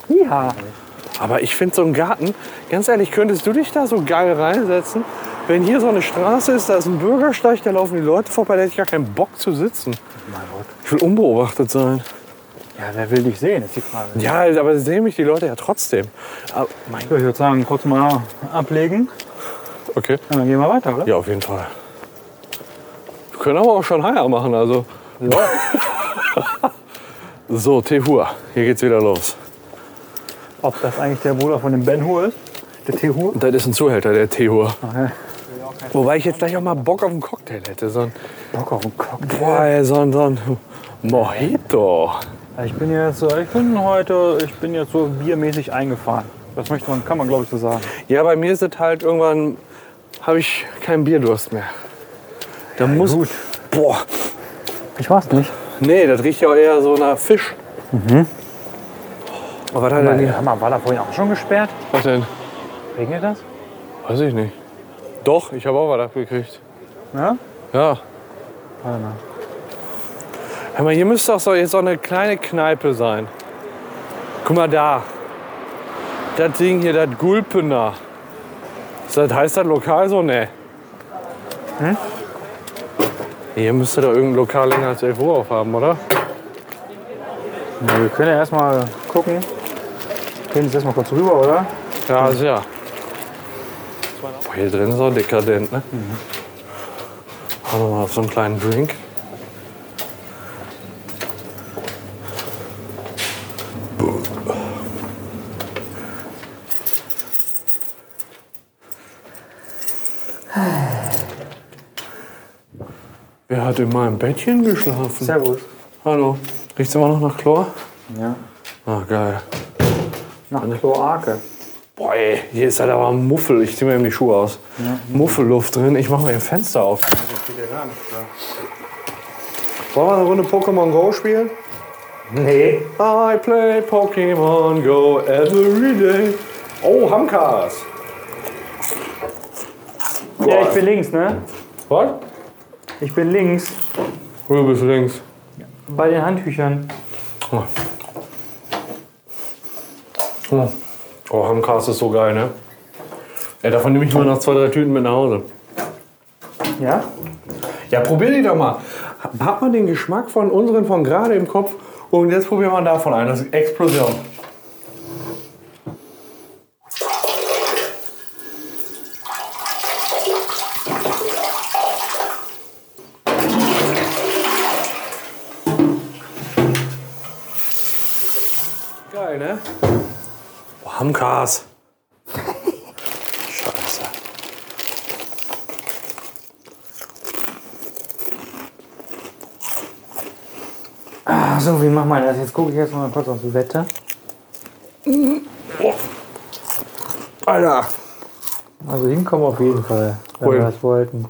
Ja. Aber ich finde so einen Garten, ganz ehrlich, könntest du dich da so geil reinsetzen? Wenn hier so eine Straße ist, da ist ein Bürgersteig, da laufen die Leute vorbei, da hätte ich gar keinen Bock zu sitzen. Ich will unbeobachtet sein. Ja, wer will dich sehen, ist die Frage. Ja, aber sehen mich die Leute ja trotzdem. Aber, mein So, ich würde sagen, kurz mal ablegen okay. und dann gehen wir weiter, oder? Ja, auf jeden Fall. Wir können aber auch schon Haier machen, also. so, Tehua, hier geht's wieder los. Ob das eigentlich der Bruder von dem Ben Hur ist? Der Tehur? Das ist ein Zuhälter, der Tehua. Wobei ich jetzt gleich auch mal Bock auf einen Cocktail hätte. So ein, Bock auf einen Cocktail. boah, ey, so ein, so ein Mojito. Ich bin jetzt, so- ich bin heute, ich bin jetzt so biermäßig eingefahren. Das möchte man, kann man glaube ich so sagen. Ja, bei mir ist es halt irgendwann, habe ich keinen Bierdurst mehr. Da muss. Gut. Boah, Ich weiß nicht. nee, das riecht ja auch eher so nach Fisch. Mhm. Aber was hat er denn? Hammer, war da vorhin auch schon gesperrt? Was denn? Regnet das? Weiß ich nicht. Doch, ich habe auch was abgekriegt. Ja? Ja. Warte mal. Hör mal, hier müsste doch so, jetzt so eine kleine Kneipe sein. Guck mal da. Das Ding hier, das Gulpener. Ist Das heißt das Lokal so, ne? Hm? Hm? Hier müsste doch irgendein Lokal länger als 11 Uhr aufhaben, oder? Na, wir können ja erstmal gucken. Gehen jetzt erstmal kurz rüber, oder? Ja, sehr. Boah, hier drin ist auch dekadent, ne? Mhm. Auch noch mal so einen kleinen Drink. Wer hat in meinem Bettchen geschlafen? Servus. Hallo. Riecht's immer noch nach Chlor? Ja. Ach, geil. Nach Kloake. Boah, ey, hier ist halt aber ein Muffel. Ich zieh mir eben die Schuhe aus. Muffelluft drin. Ich mache mal ein Fenster auf. Wollen wir eine Runde Pokémon Go spielen? Nee. I play Pokémon Go every day. Oh, Hamkas. Ja, ich bin links, ne? Was? Ich bin links. Du bist links. Bei den Handtüchern. Hm. Ah. Hm. Oh, Hamkas ist so geil, ne? Ja, davon nehme ich mal noch zwei, drei Tüten mit nach Hause. Ja? Ja, probier die doch mal. Hat man den Geschmack von unseren von gerade im Kopf und jetzt probieren wir davon ein. Das ist Explosion. Geil, ne? Oh, Hamkas. Scheiße. Ach so, wie macht man das? Jetzt gucke ich erst mal kurz aufs Wetter. Alter, Also hinkommen auf jeden Fall, wenn Cool. wir das wollten.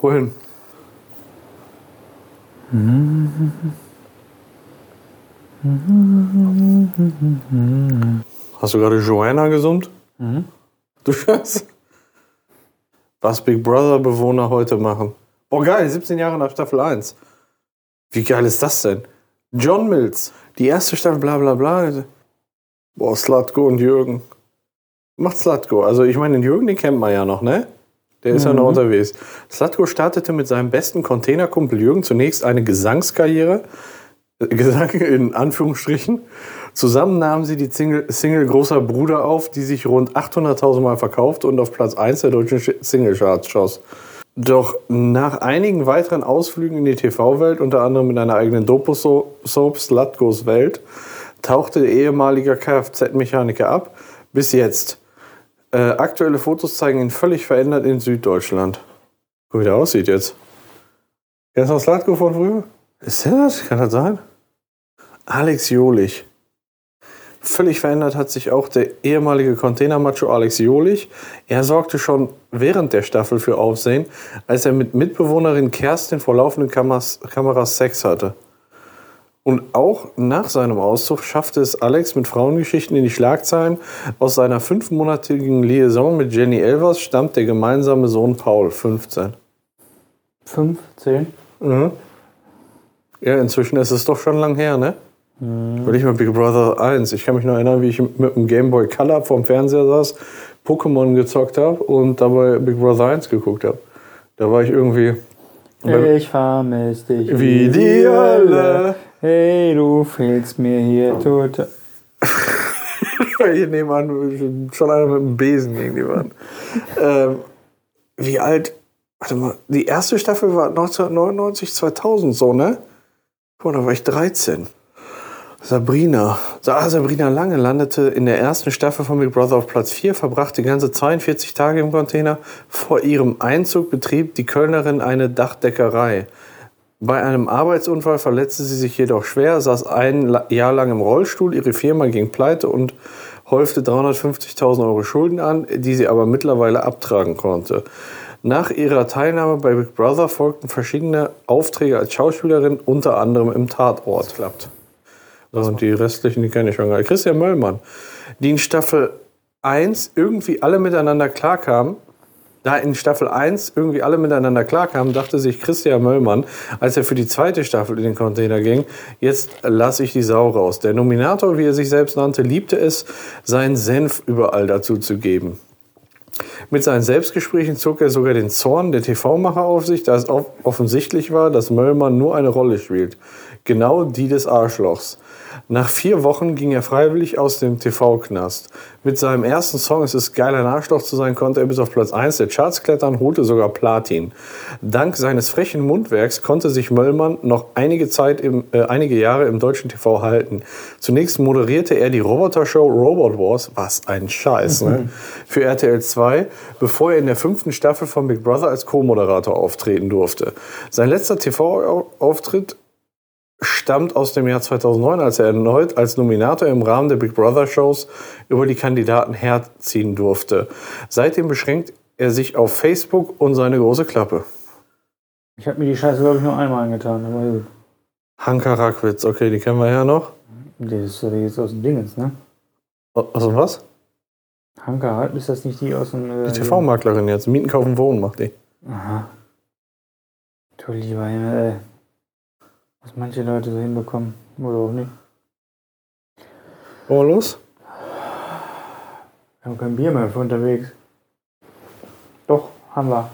wohin? Hast du gerade Joanna gesummt? Du Scheiße. Was Big Brother Bewohner heute machen. Boah, geil, 17 Jahre nach Staffel 1. Wie geil ist das denn? John Mills, die erste Staffel, bla bla bla. Boah, Slatko und Jürgen. Macht Slatko. Also, ich meine, den Jürgen, den kennt man ja noch, ne? Der ist ja noch unterwegs. Slatko startete mit seinem besten Containerkumpel Jürgen zunächst eine Gesangskarriere. äh, Gesang in Anführungsstrichen. Zusammen nahmen sie die Single, Single Großer Bruder auf, die sich rund 800.000 Mal verkaufte und auf Platz 1 der deutschen Sch- Singlecharts schoss. Doch nach einigen weiteren Ausflügen in die TV-Welt, unter anderem mit einer eigenen Dopo-Soap Slatkos Welt, tauchte der ehemalige Kfz-Mechaniker ab. Bis jetzt. Äh, aktuelle Fotos zeigen ihn völlig verändert in Süddeutschland. Guck, wie der aussieht jetzt. Kennst du noch Slatko von früher? Ist der das? Kann das sein? Alex Jolich. Völlig verändert hat sich auch der ehemalige Containermacho Alex Jolich. Er sorgte schon während der Staffel für Aufsehen, als er mit Mitbewohnerin Kerstin vor laufenden Kameras, Kameras Sex hatte. Und auch nach seinem Auszug schaffte es Alex mit Frauengeschichten in die Schlagzeilen. Aus seiner fünfmonatigen Liaison mit Jenny Elvers stammt der gemeinsame Sohn Paul, 15. 5, 10? Mhm. Ja, inzwischen ist es doch schon lang her, ne? Weil ich mit Big Brother 1. Ich kann mich noch erinnern, wie ich mit dem Game Boy Color vorm Fernseher saß, Pokémon gezockt habe und dabei Big Brother 1 geguckt habe. Da war ich irgendwie Weil- Ich vermiss dich wie die Hölle. Hey, du fehlst mir hier total. Hier nebenan schon einer mit einem Besen gegen die Wand. ähm, wie alt? Warte mal, die erste Staffel war 1999, 2000 so, ne? Guck mal, da war ich 13. Sabrina. Sa- ah, Sabrina Lange landete in der ersten Staffel von Big Brother auf Platz 4, verbrachte ganze 42 Tage im Container. Vor ihrem Einzug betrieb die Kölnerin eine Dachdeckerei. Bei einem Arbeitsunfall verletzte sie sich jedoch schwer, saß ein La- Jahr lang im Rollstuhl, ihre Firma ging pleite und häufte 350.000 Euro Schulden an, die sie aber mittlerweile abtragen konnte. Nach ihrer Teilnahme bei Big Brother folgten verschiedene Aufträge als Schauspielerin, unter anderem im Tatort. klappt. Und die restlichen, die kenne ich schon gar nicht. Christian Möllmann, die in Staffel 1 irgendwie alle miteinander klarkamen, da in Staffel 1 irgendwie alle miteinander klarkamen, dachte sich Christian Möllmann, als er für die zweite Staffel in den Container ging, jetzt lasse ich die Sau raus. Der Nominator, wie er sich selbst nannte, liebte es, seinen Senf überall dazu zu geben. Mit seinen Selbstgesprächen zog er sogar den Zorn der TV-Macher auf sich, da es off- offensichtlich war, dass Möllmann nur eine Rolle spielt. Genau die des Arschlochs. Nach vier Wochen ging er freiwillig aus dem TV-Knast. Mit seinem ersten Song Es ist geil, ein Arschloch zu sein, konnte er bis auf Platz 1 der Charts klettern, holte sogar Platin. Dank seines frechen Mundwerks konnte sich Möllmann noch einige Zeit im, äh, einige Jahre im deutschen TV halten. Zunächst moderierte er die Roboter-Show Robot Wars, was ein Scheiß, ne? für RTL 2, bevor er in der fünften Staffel von Big Brother als Co-Moderator auftreten durfte. Sein letzter TV-Auftritt stammt aus dem Jahr 2009, als er erneut als Nominator im Rahmen der Big Brother Shows über die Kandidaten herziehen durfte. Seitdem beschränkt er sich auf Facebook und seine große Klappe. Ich habe mir die Scheiße, glaube ich, nur einmal angetan, aber gut. Hanka Rakwitz, okay, die kennen wir ja noch. Das ist doch jetzt aus dem Dingens, ne? Aus dem also was? Hanka Hart, ist das nicht die aus dem. Äh, Die TV-Maklerin jetzt. Mieten, kaufen, wohnen macht die. Aha. Du lieber Himmel, ey. Was manche Leute so hinbekommen. Oder auch nicht. Oh, los? Wir haben kein Bier mehr für unterwegs. Doch, haben wir.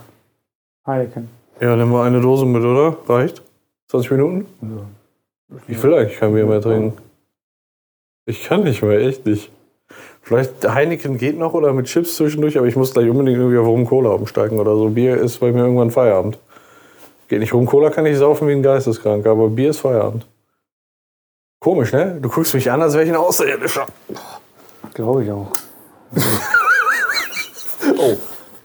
Heineken. Ja, nehmen wir eine Dose mit, oder? Reicht? 20 Minuten? Ich will eigentlich kein Bier mehr trinken. Ich kann nicht mehr, echt nicht. Vielleicht Heineken geht noch oder mit Chips zwischendurch, aber ich muss gleich unbedingt irgendwie auf Rum-Cola umsteigen oder so. Bier ist bei mir irgendwann Feierabend. Geht nicht. Rum-Cola kann ich saufen wie ein Geisteskranker, aber Bier ist Feierabend. Komisch, ne? Du guckst mich an, als wäre ich ein Außerirdischer. Glaube ich auch. Oh.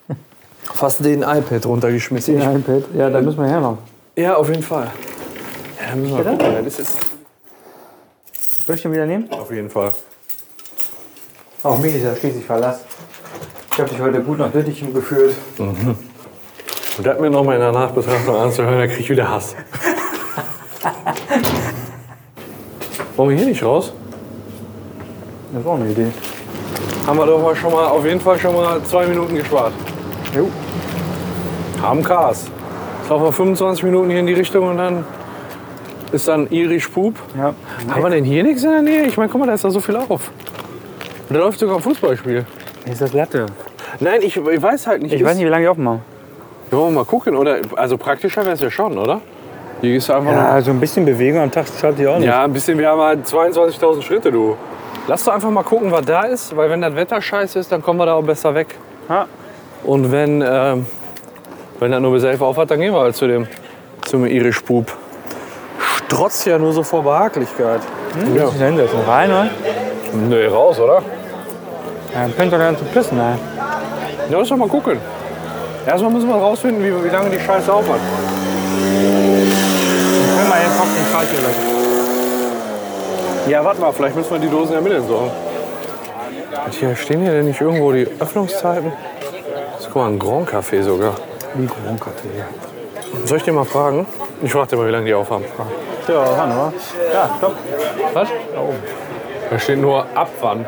Fast den iPad runtergeschmissen. Den iPad. Ja, da müssen wir her noch. Ja, auf jeden Fall. Ja, dann müssen wir gucken. wer Das ist Soll ich den wieder nehmen? auf jeden Fall. Auch mich ist ja schließlich Verlass. Ich habe dich heute gut nach Lüttich geführt. Und das mir nochmal in der Nachbetrachtung anzuhören, da krieg ich wieder Hass. Wollen wir hier nicht raus? Das ist auch eine Idee. Haben wir doch mal schon mal auf jeden Fall schon mal zwei Minuten gespart. Jo. Haben Cars. Jetzt laufen wir 25 Minuten hier in die Richtung und dann ist dann irisch Pup. Ja. Haben wir denn hier nichts in der Nähe? Ich meine, guck mal, da ist da so viel auf. Und da läuft sogar ein Fußballspiel. Ist das Latte? Nein, ich, ich weiß halt nicht. Ich weiß nicht, wie lange die offen haben. Ja, Wollen wir mal gucken, oder? Also praktischer wäre es ja schon, oder? Hier ist einfach nur- so also ein bisschen Bewegung am Tag schadet die auch Ja, ein bisschen, wir haben halt 22.000 Schritte, du. Lass doch einfach mal gucken, was da ist, weil wenn das Wetter scheiße ist, dann kommen wir da auch besser weg. Ja. Und wenn, ähm, wenn das nur bis 11 auf hat, dann gehen wir halt zu dem, zum irisch Pub. Strotzt ja nur so vor Behaglichkeit. Ja. Ich hinsetzen. Rein, ne? Nee, raus, oder? Ja, ihr könnt doch ganz zum Pissen, ne? Ja, lass doch mal gucken. Erstmal müssen wir rausfinden, wie, wie lange die Scheiße auf hat. Können wir jetzt auf den Falsch lassen. Ja, warte mal, vielleicht müssen wir die Dosen ja mit entsorgen. Und hier stehen hier denn nicht irgendwo die Öffnungszeiten? Das ist guck mal, ein Grand Café sogar. Wie Grand Café. Ja, Soll ich dir mal fragen? Ich frage dir mal, wie lange die aufhaben. ja ran, oder? Ja, stopp. Was? Da steht nur ab wann.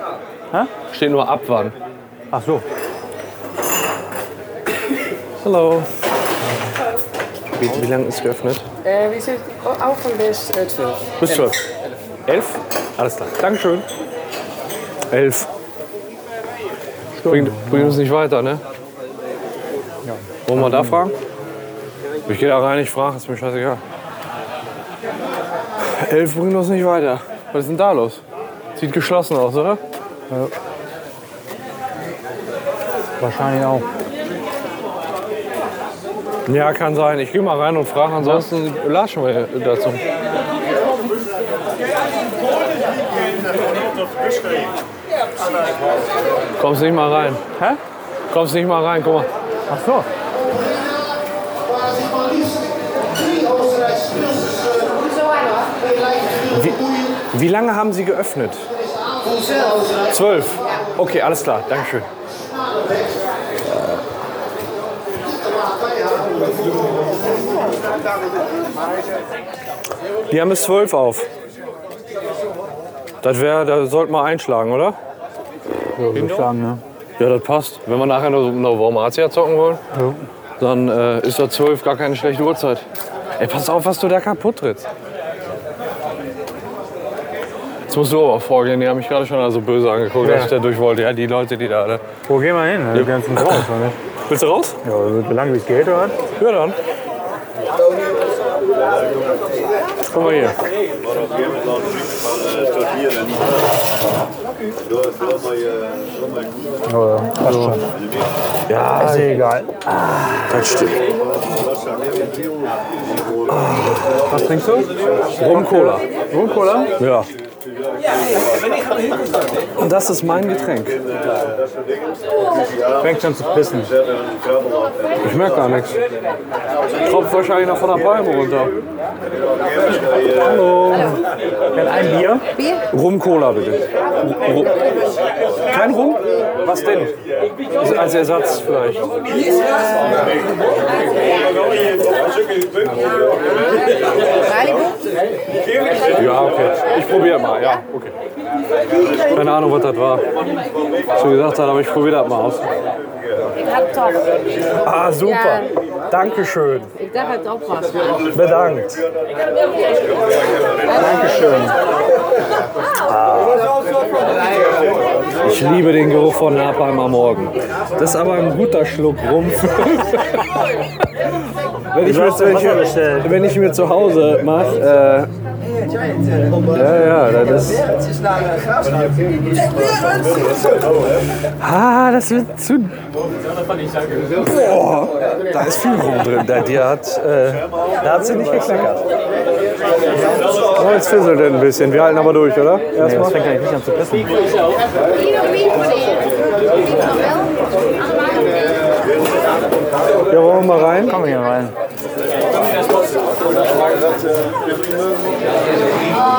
Hä? Steht nur ab wann. Ach so. Hallo. Wie, wie lange ist geöffnet? Äh, wir sind auch von bis äh, 12. Bis zwölf. Elf? Alles klar. Dankeschön. Elf. Bringt, bringt uns nicht weiter, ne? Wollen wir da fragen? Ich gehe da rein, ich frage, ist mir scheißegal. Also, Elf bringt uns nicht weiter. Was ist denn da los? Sieht geschlossen aus, oder? Wahrscheinlich auch. Ja, kann sein. Ich gehe mal rein und frage, ansonsten latschen wir dazu. Kommst nicht mal rein. Hä? Kommst nicht mal rein, guck mal. Ach so. Waar maar liefst drie Oostenrijkse pilsers gelijk boeien. Wie lange haben Sie geöffnet? Zwölf. Okay, alles klar. Dankeschön. Die haben bis zwölf auf. Das wäre, da sollte man einschlagen, oder? Ich sagen, ne? Ja, das passt. Wenn wir nachher noch, noch Warm Arzia zocken wollen, dann äh, ist das 12 gar keine schlechte Uhrzeit. Ey, pass auf, was du da kaputt trittst. Jetzt musst du aber vorgehen, die haben mich gerade schon also böse angeguckt, dass ich da durch wollte. Ja, die Leute, die da. Ne? Wo gehen wir hin? Wir gehen zum Groß, oder nicht? Willst du raus? ne? Ja, wie lange wie es geht, oder? was? Ja, dann. Guck mal hier. Ja, passt schon. Ja, ist eh egal. Das stimmt. Was trinkst du? Rum Cola. Rum Cola? Ja. Und das ist mein Getränk. Fängt schon zu pissen. Ich merke gar nichts. Tropft wahrscheinlich noch von der Palme runter. Dann ein Bier. Rum Cola bitte. Ru- Kein Rum? Was denn? Also Als Ersatz vielleicht. Ja, okay. Ich probiere mal, ja, okay. Keine Ahnung, was das war. So gesagt hat, aber ich probiere das mal aus. Ik had toch. Ah, super. Ja, Dankeschön. Ik dacht het ook was. Bedankt. Ich liebe den Geruch von Napalm am Morgen. Das ist aber ein guter Schluck Rumpf. wenn, ich mir, wenn, ich, wenn ich mir zu Hause mache, äh, ja, ja, das ist. Ah, das wird zu. Boah, da ist viel rum drin. Da, die hat, äh, da hat sie nicht gekleckert. Oh, jetzt fisselt er ein bisschen. Wir halten aber durch, oder? Erstmal. Das fängt eigentlich nicht an zu pissen. Ieder wie voor de eer. Ik zal wel. Allemaal op één. Ja, wollen wir mal rein? Komm hier rein.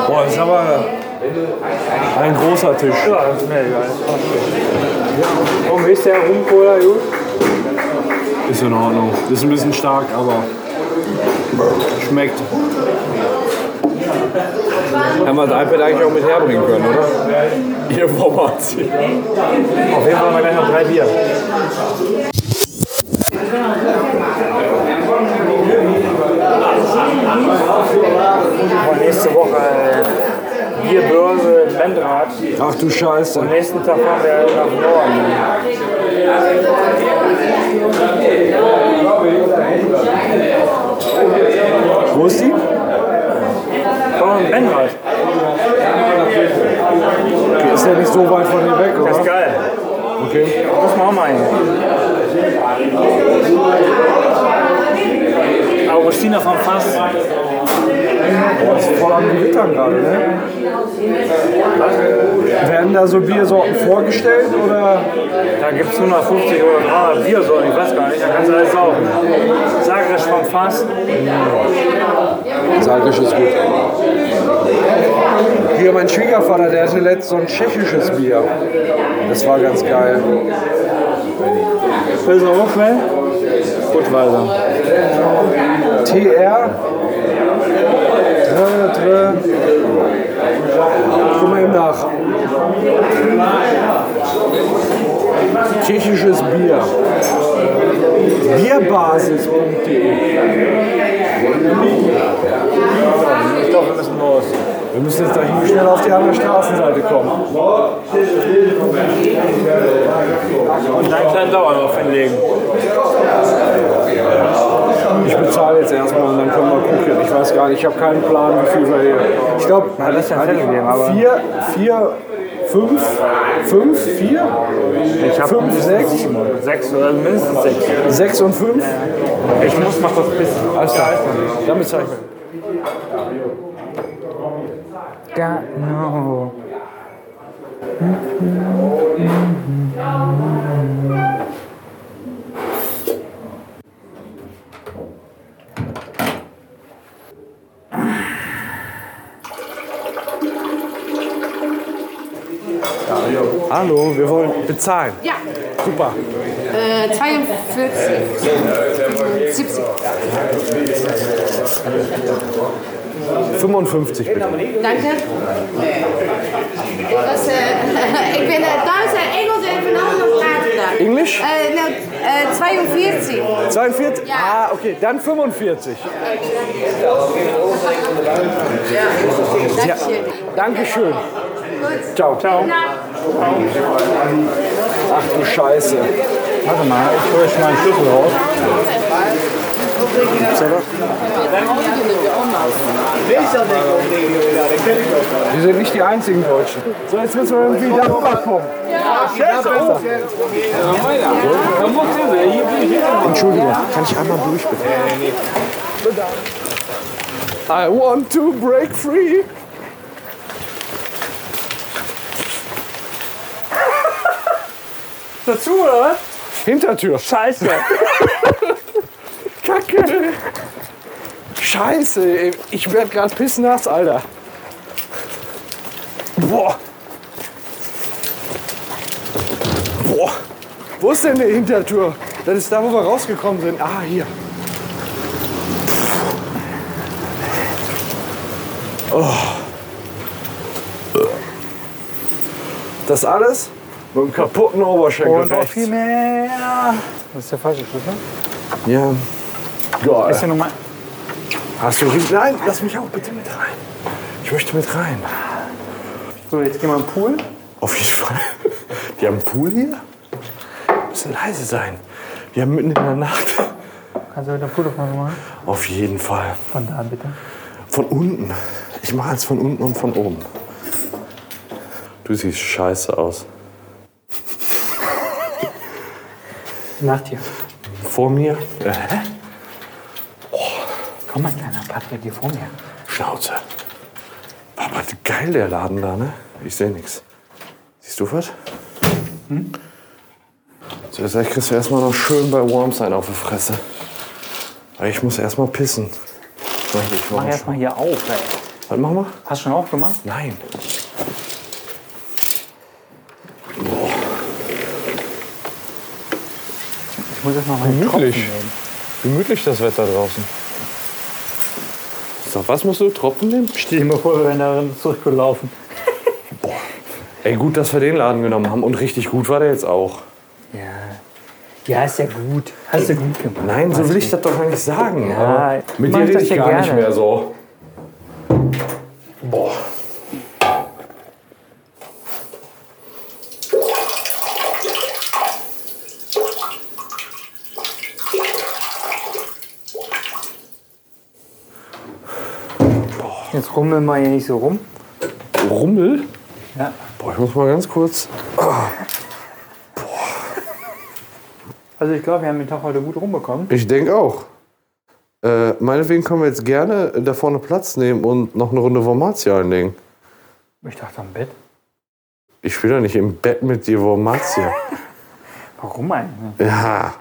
Boah, das ist aber ein großer Tisch. Ja, das ist mir egal. Warum ist der Rumcola gut? Ist in Ordnung. Ist ein bisschen stark, aber schmeckt. Haben wir das iPad eigentlich auch mit herbringen können, oder? Ihr Formation. Auf jeden Fall haben wir gleich noch drei Bier. Und nächste Woche äh, Bierbörse in Bendrath. Ach du Scheiße. Am nächsten Tag fahren wir halt nach Norden. Wo ist die? Fahren wir in Bendrath. Okay, ist ja nicht so weit von hier weg, Das ist oder? geil. Okay. Muss man auch mal hin. Augustiner vom Fass. Boah, Oh, ist voll am Gewittern gerade, ne? Werden da so Biersorten vorgestellt oder? Da gibt es 150 oder 300 Biersorten, ich weiß gar nicht, da kannst du alles saugen. Sagres vom Fass, Saltisch ist gut. Hier, mein Schwiegervater, der hatte letzt so ein tschechisches Bier. Das war ganz geil. Pilsner Hochfell, Budweiser. TR. Dre, dre. Guck mal eben nach. Tschechisches Bier. Bierbasis.de Ich glaube, wir müssen los. Wir müssen jetzt da hier schnell auf die andere Straßenseite kommen. Und dann kleinen Dauer drauf hinlegen. Ich bezahle jetzt erstmal und dann können wir gucken. Ich weiß gar nicht, ich habe keinen Plan, wie viel wir hier. Ich glaube, das ist ja hatte ich Fernsehen, aber- vier, vier, fünf, fünf, vier, Ich hab fünf, sechs, sieben, sechs oder mindestens sechs. sechs und fünf. Ich muss mal kurz pissen. Alles klar, dann bezeichnen wir. God, no. Hallo, wir wollen bezahlen. Ja, Super. eh, äh, 42. 70. 55 bitte. Danke. Dus, eh, ik ben eh, thuis in Engels even anders nog praten daar. Englisch? Eh, nou, eh, 42. 42? Ah, okay, dann 45. Dankeschön. Dankeschön. Goed. Ciao. Ciao. Nou, Ach du Scheiße. Warte mal, ich hole jetzt mal einen Schlüssel raus. Wir sind nicht die einzigen Deutschen. So, jetzt müssen wir irgendwie da rüberkommen. Entschuldigung, kann ich einmal durch bitte? I want to break free. Dazu, oder was? Hintertür. Scheiße. Kacke. Scheiße, ey. ich werd grad pissnass, Alter. Boah. Boah. Wo ist denn die Hintertür? Das ist da, wo wir rausgekommen sind. Ah, hier. Oh. Das alles mit einem kaputten Oberschenkel. Und noch rechts. ne? viel mehr. Das ist der falsche Schlüssel. Ja. Geil. Ist hier nochmal. Hast du richtig. Nein, lass mich auch bitte mit rein. Ich möchte mit rein. So, jetzt gehen wir in den Pool. Auf jeden Fall. Die haben einen Pool hier? Müssen leise sein. Wir haben mitten in der Nacht. Kannst du mit dem Pool doch mal machen? Auf jeden Fall. Von da bitte. Von unten. Ich mache es von unten und von oben. Du siehst scheiße aus. Nacht hier. Vor mir. Äh, hä? Komm mal, kleiner Patrick, hier vor mir. Schnauze. War aber geil der Laden da, ne? Ich sehe nichts. Siehst du was? Hm? Hm? So, jetzt kriegst du erstmal noch schön bei Worms ein auf die Fresse. Aber ich muss erstmal pissen. Ich mach- ich mach Mach erst mal hier auf, ey. Was machen wir? Hast du schon aufgemacht? Nein. Ich muss erst mal meinen Tropfen Gemütlich. nehmen. Gemütlich das Wetter draußen. So, was musst du? Tropfen nehmen? Stell dir mal vor, wir wären darin zurückgelaufen. Ey, gut, dass wir den Laden genommen haben. Und richtig gut war der jetzt auch. Ja. Ja, ist ja gut. Hast du gut gemacht. Nein, so will ich das doch gar nicht sagen. Ja, aber mit mach dir ich rede das ich ja gar nicht gerne. mehr so. Boah. Jetzt rummeln wir hier nicht so rum. Rummel? Ja. Boah, ich muss mal ganz kurz. Also ich glaube, wir haben den Tag heute gut rumbekommen. Ich denke auch. Äh, meinetwegen können wir jetzt gerne da vorne Platz nehmen und noch eine Runde Wormatia einlegen. Ich dachte am Bett. Ich spiele doch nicht im Bett mit dir Wormatia. Warum eigentlich? ja.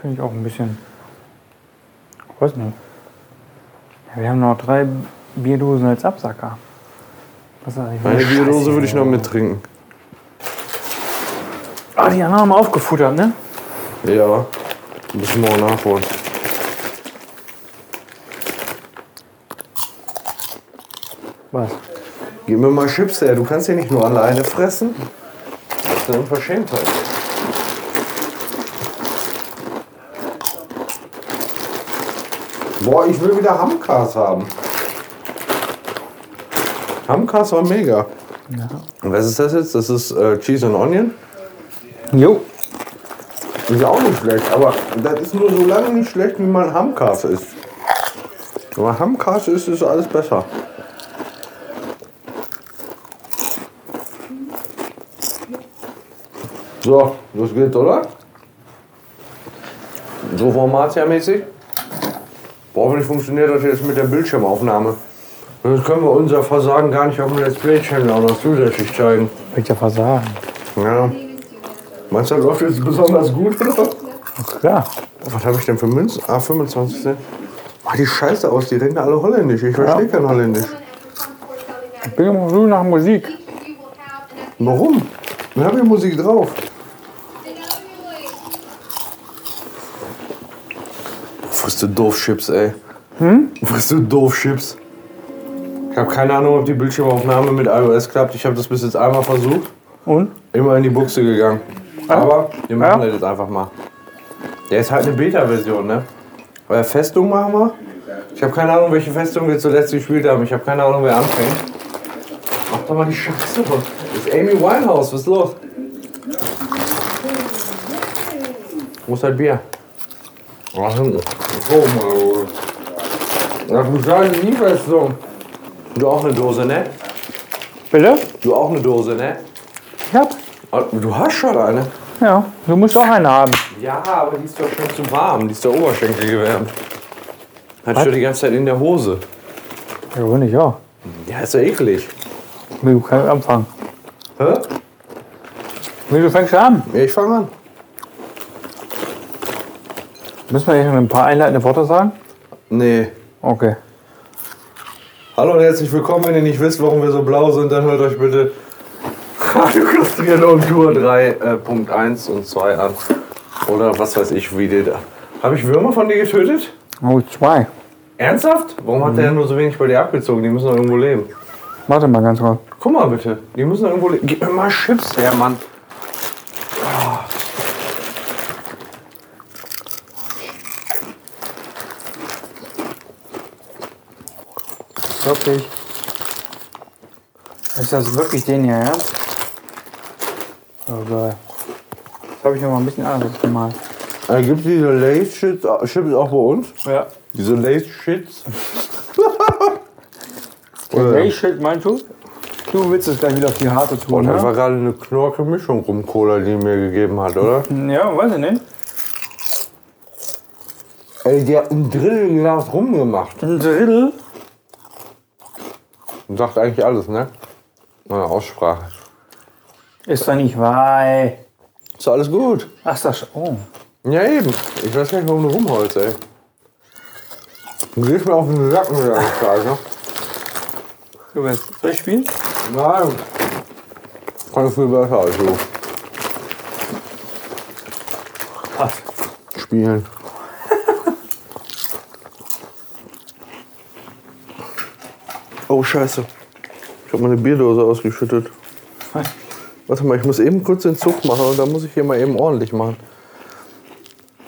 Finde ich auch ein bisschen. Weiß nicht. Ja, wir haben noch drei Bierdosen als Absacker. Was ist das? Ich Meine will- Bierdose würde ich noch mittrinken. Ah, die anderen haben wir aufgefuttert, ne? Ja. Müssen wir auch nachholen. Was? Gib mir mal Chips her, du kannst hier nicht nur alleine fressen. Das ist eine Unverschämtheit. Boah, ich will wieder Hamkas haben. Hamkas war mega. Und was ist das jetzt? Das ist äh, Cheese and Onion. Jo. Ist auch nicht schlecht, aber das ist nur so lange nicht schlecht, wie man Hamkas isst. Wenn man Hamkas isst, ist alles besser. So, das geht, oder? So formatia-mäßig. Boah, hoffentlich funktioniert das jetzt mit der Bildschirmaufnahme. Sonst können wir unser Versagen gar nicht auf dem Let's Play-Channel auch noch zusätzlich zeigen. Welcher Versagen? Ja. Meinst du, das läuft jetzt besonders gut, oder? Klar. Was habe ich denn für Münzen? Ah, 25 Cent. Mach die Scheiße aus, die reden alle Holländisch. Ich verstehe kein Holländisch. Ich bin immer so nach Musik. Warum? Wir haben hier Musik drauf. Frisst du doof Chips, ey. Hm? Frisst du doof Chips. Ich habe keine Ahnung, ob die Bildschirmaufnahme mit iOS klappt. Ich habe das bis jetzt einmal versucht. Und? Immer in die Buchse gegangen. Aber wir machen das jetzt einfach mal. Der ist halt eine Beta-Version, ne? Äh, Festung machen wir. Ich habe keine Ahnung, welche Festung wir zuletzt gespielt haben. Ich habe keine Ahnung, wer anfängt. Mach doch mal die Scheiße. Das ist Amy Winehouse. Was ist los? Wo ist das Bier? Ach, hinten. Oh, Mann. Das ist eine Festung. Du auch eine Dose, ne? Bitte? Du auch eine Dose, ne? Ich hab. Ah, Du hast schon eine. Ja. Du musst auch eine haben. Ja, aber die ist doch schon zu warm. Die ist der Oberschenkel gewärmt. Hat schon die ganze Zeit in der Hose. Ja, will ich auch. Ja, ist ja eklig. Nee, du kannst anfangen. Hä? Nee, du fängst an. Ja, ich fange an. Müssen wir hier noch ein paar einleitende Worte sagen? Nee. Okay. Hallo und herzlich willkommen. Wenn ihr nicht wisst, warum wir so blau sind, dann hört euch bitte Radio Kastrieren und Tour 3.1 äh, und 2 an. Oder was weiß ich, wie der da. Habe ich Würmer von dir getötet? Oh, zwei. Mhm. Ernsthaft? Warum hat der nur so wenig bei dir abgezogen? Die müssen doch irgendwo leben. Warte mal ganz kurz. Guck mal bitte, die müssen irgendwo. li- Gib mir mal Chips her, Mann. Ah. Wirklich. Ist das wirklich den hier, ja? Oh geil. Das habe ich noch mal ein bisschen anders gemalt. Äh, Gibt es diese Lace-Chips auch bei uns? Ja. Diese Lace-Chips? Hey, shit, meinst du? Du willst es gleich wieder auf die Harte Und tun, das war ne? gerade eine knorke Mischung rum Cola, die mir gegeben hat, oder? Ja, weiß ich nicht. Ey, die hat ein Drillenglas rumgemacht. Ein Drittel? Und sagt eigentlich alles, ne? Meine Aussprache. Ist doch nicht wahr, ey. Ist alles gut. Ach, das. Oh. Ja, eben. Ich weiß gar nicht, warum du rumholst, ey. Du gehst mir auf den Sack mit deiner Frage. Du willst das Spiel? Nein. Kann ich viel besser als du. Was? Spielen. oh, scheiße. Ich habe meine Bierdose ausgeschüttet. Warte mal, ich muss eben kurz den Zug machen und dann muss ich hier mal eben ordentlich machen.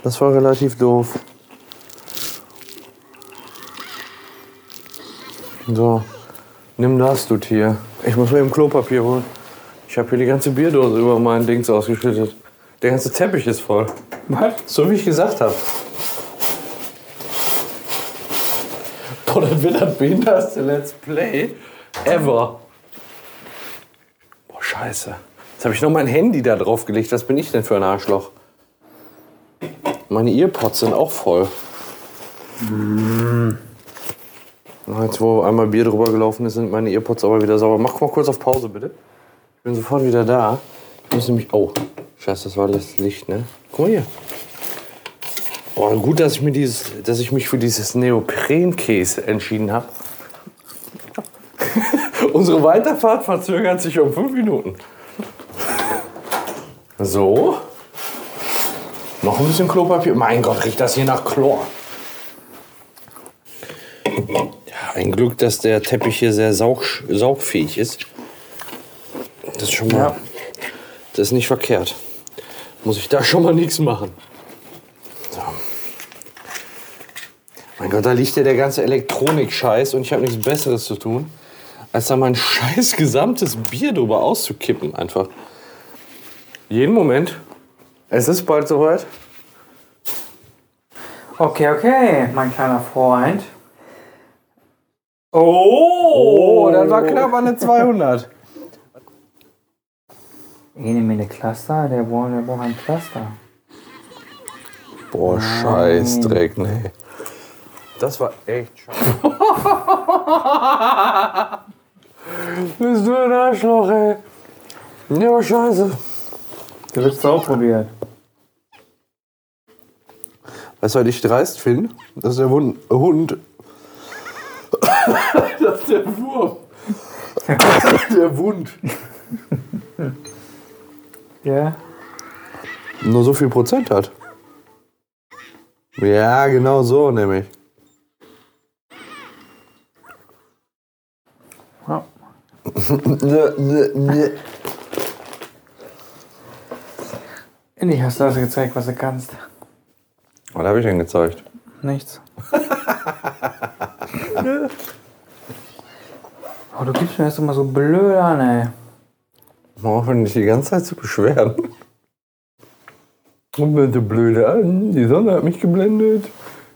Das war relativ doof. So, nimm das, du Tier. Ich muss mir eben Klopapier holen. Ich habe hier die ganze Bierdose über meinen Dings ausgeschüttet. Der ganze Teppich ist voll. Was? So wie ich gesagt habe. Boah, das wird das behinderste Let's Play ever. Boah, scheiße. Jetzt habe ich noch mein Handy da drauf gelegt. Was bin ich denn für ein Arschloch? Meine Earpods sind auch voll. Na, Jetzt, wo einmal Bier drüber gelaufen ist, sind meine Earpods aber wieder sauber. Mach mal kurz auf Pause, bitte. Ich bin sofort wieder da. Ich muss nämlich. Oh, scheiße, das war das Licht, ne? Guck mal hier. Oh, gut, dass ich, mir dieses, dass ich mich für dieses Neoprenkäse entschieden habe. Unsere Weiterfahrt verzögert sich um fünf Minuten. So. Noch ein bisschen Klopapier. Mein Gott, riecht das hier nach Chlor. Ja, ein Glück, dass der Teppich hier sehr saug, saugfähig ist. Das ist schon mal. Das ist nicht verkehrt. Muss ich da schon mal nichts machen. So. Mein Gott, da liegt ja der ganze Elektronik-Scheiß und ich habe nichts Besseres zu tun, als da mein scheiß gesamtes Bier drüber auszukippen einfach. Jeden Moment. Es ist bald soweit. Okay, okay, mein kleiner Freund. Oh! Oh, das war knapp an der 200. Jene mir eine Cluster, der braucht, der braucht ein Cluster. Boah, Scheißdreck, nee. Mm. Das war echt scheiße. Bist du ein Arschloch, ey. Ja, aber scheiße. Du wirst es auch probiert. Weißt du, was ich dreist finde? Dass der Wund Hund. das ist der Wurm. der Wund. Ja? Nur so viel Prozent hat. Ja, genau so nämlich. Ja. Ne, ne, ne. Endlich hast du das gezeigt, was du kannst. Was habe ich denn gezeigt? Nichts. oh, du gibst mir das immer so blöd an, ey. Warum bin ich die ganze Zeit zu beschweren? Und bitte blöde an, die Sonne hat mich geblendet.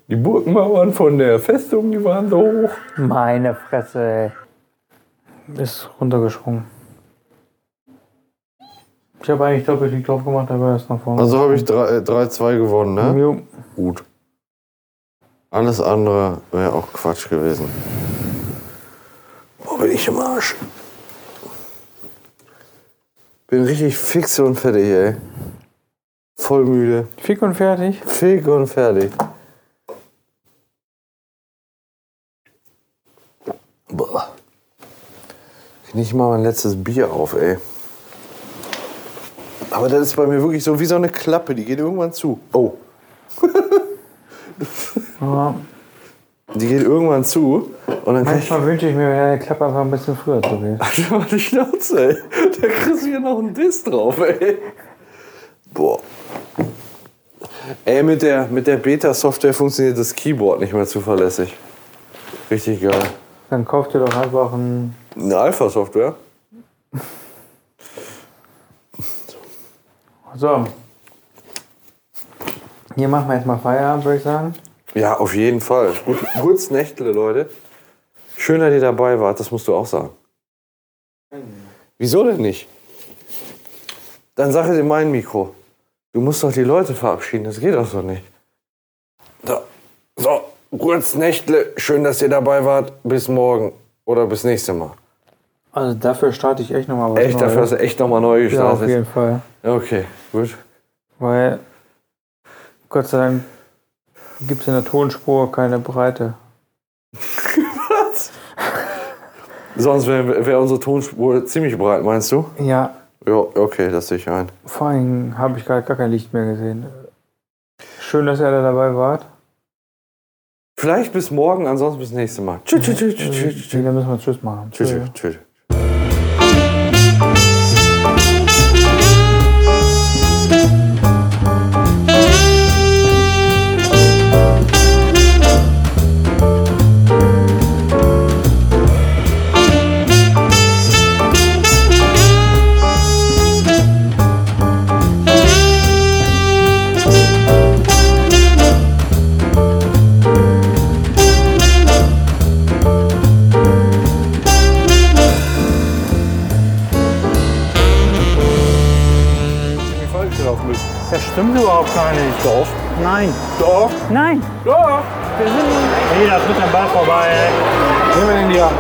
Die Burgmauern von der Festung, die waren so hoch. Meine Fresse, ey. Ist runtergeschwungen. Ich habe eigentlich doppelt drauf gemacht, aber er ist nach vorne. Also habe ich 3-2 gewonnen, ne? Jo. Gut. Alles andere wäre auch Quatsch gewesen. Boah, bin ich im Arsch. Bin richtig fix und fertig, ey. Voll müde. Fick und fertig. Fick und fertig. Boah. Ich nicht mal mein letztes Bier auf, ey. Aber das ist bei mir wirklich so wie so eine Klappe, die geht irgendwann zu. Oh. Ja. Die geht irgendwann zu und dann kann ich Manchmal wünsche ich mir, wenn der Klappe einfach ein bisschen früher zu gehen. Halt mal die Schnauze, ey. Da kriegst du hier noch einen Diss drauf, ey. Boah. Ey, mit der, mit der Beta-Software funktioniert das Keyboard nicht mehr zuverlässig. Richtig geil. Dann kauft ihr doch einfach ein. Eine Alpha-Software? So. Hier machen wir jetzt mal Feierabend, würde ich sagen. Ja, auf jeden Fall. Gut, kurz Nächtle, Leute. Schön, dass ihr dabei wart, das musst du auch sagen. Wieso denn nicht? Dann sag es in mein Mikro. Du musst doch die Leute verabschieden, das geht doch so nicht. Da. So, kurz Nächtle, schön, dass ihr dabei wart. Bis morgen oder bis nächste Mal. Also dafür starte ich echt nochmal was. Echt, dafür Neues. hast du echt nochmal neu Ja, auf gestartet. jeden Fall. okay, gut. Weil Gott sei Dank gibt es in der Tonspur keine Breite. Sonst wäre wär unsere Tonspur ziemlich breit, meinst du? Ja, Ja, okay, das sehe ich ein. vor allem habe ich gerade gar kein Licht mehr gesehen. Schön, dass ihr alle dabei wart. Vielleicht bis morgen, ansonsten bis nächste Mal. Tschüss, tschüss, tschüss, tschüss, tschüss, tschüss, Nee, Dann müssen wir Tschüss machen. tschüss, tschüss, tschüss. Das stimmt überhaupt gar nicht. Doch. Nein. Doch. Nein. Doch. Wir sind. Nee, das wird am Ball vorbei. Nehmen wir den dir.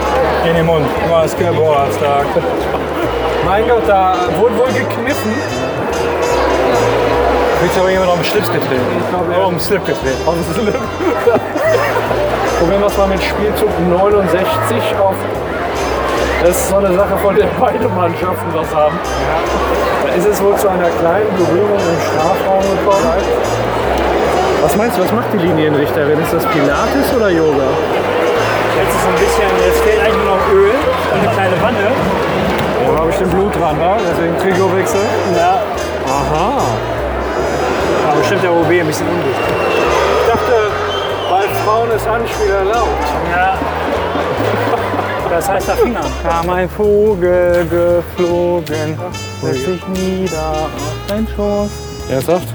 In den Mund. War es Geburtstag. Mein Gott, da wurde wohl gekniffen. Willst du aber jemand auf den Schlips getreten? Ich glaube, auf den Slip getreten. Oh, Auf das Lip. Probieren wir es mal mit Spielzug 69 auf. Das ist so eine Sache, von der beide Mannschaften was haben. Da ist es wohl zu einer kleinen Berührung im Strafraum gekommen. Was meinst du, was macht die Linienrichterin? Ist das Pilates oder Yoga? Jetzt ist so ein bisschen, jetzt fehlt eigentlich nur noch Öl und eine kleine Wanne. Oh, Da habe ich den Blut dran, ne? deswegen Trikotwechsel. Ja. Aha. Aber bestimmt der OB ein bisschen undicht. Ich dachte, bei Frauen ist Anspiel erlaubt. Ja. Das heißt der Finger. Kam ein Vogel geflogen, setzt sich nieder auf dein Schoß. Ernsthaft?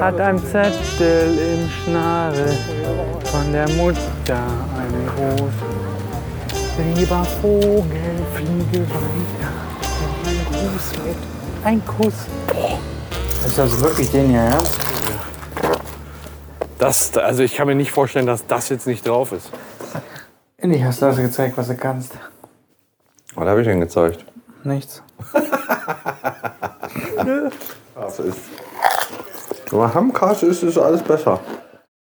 hat ein Zettel im Schnabel von der Mutter einen Gruß. Lieber Vogel, fliege weiter. Denn Ein Gruß wird ein Kuss. Ist das wirklich den hier, ja? Das, also ich kann mir nicht vorstellen, dass das jetzt nicht drauf ist. Endlich hast du das gezeigt, was du kannst. Was habe ich denn gezeigt? Nichts. Das ist. Beim Hamkas ist es alles besser.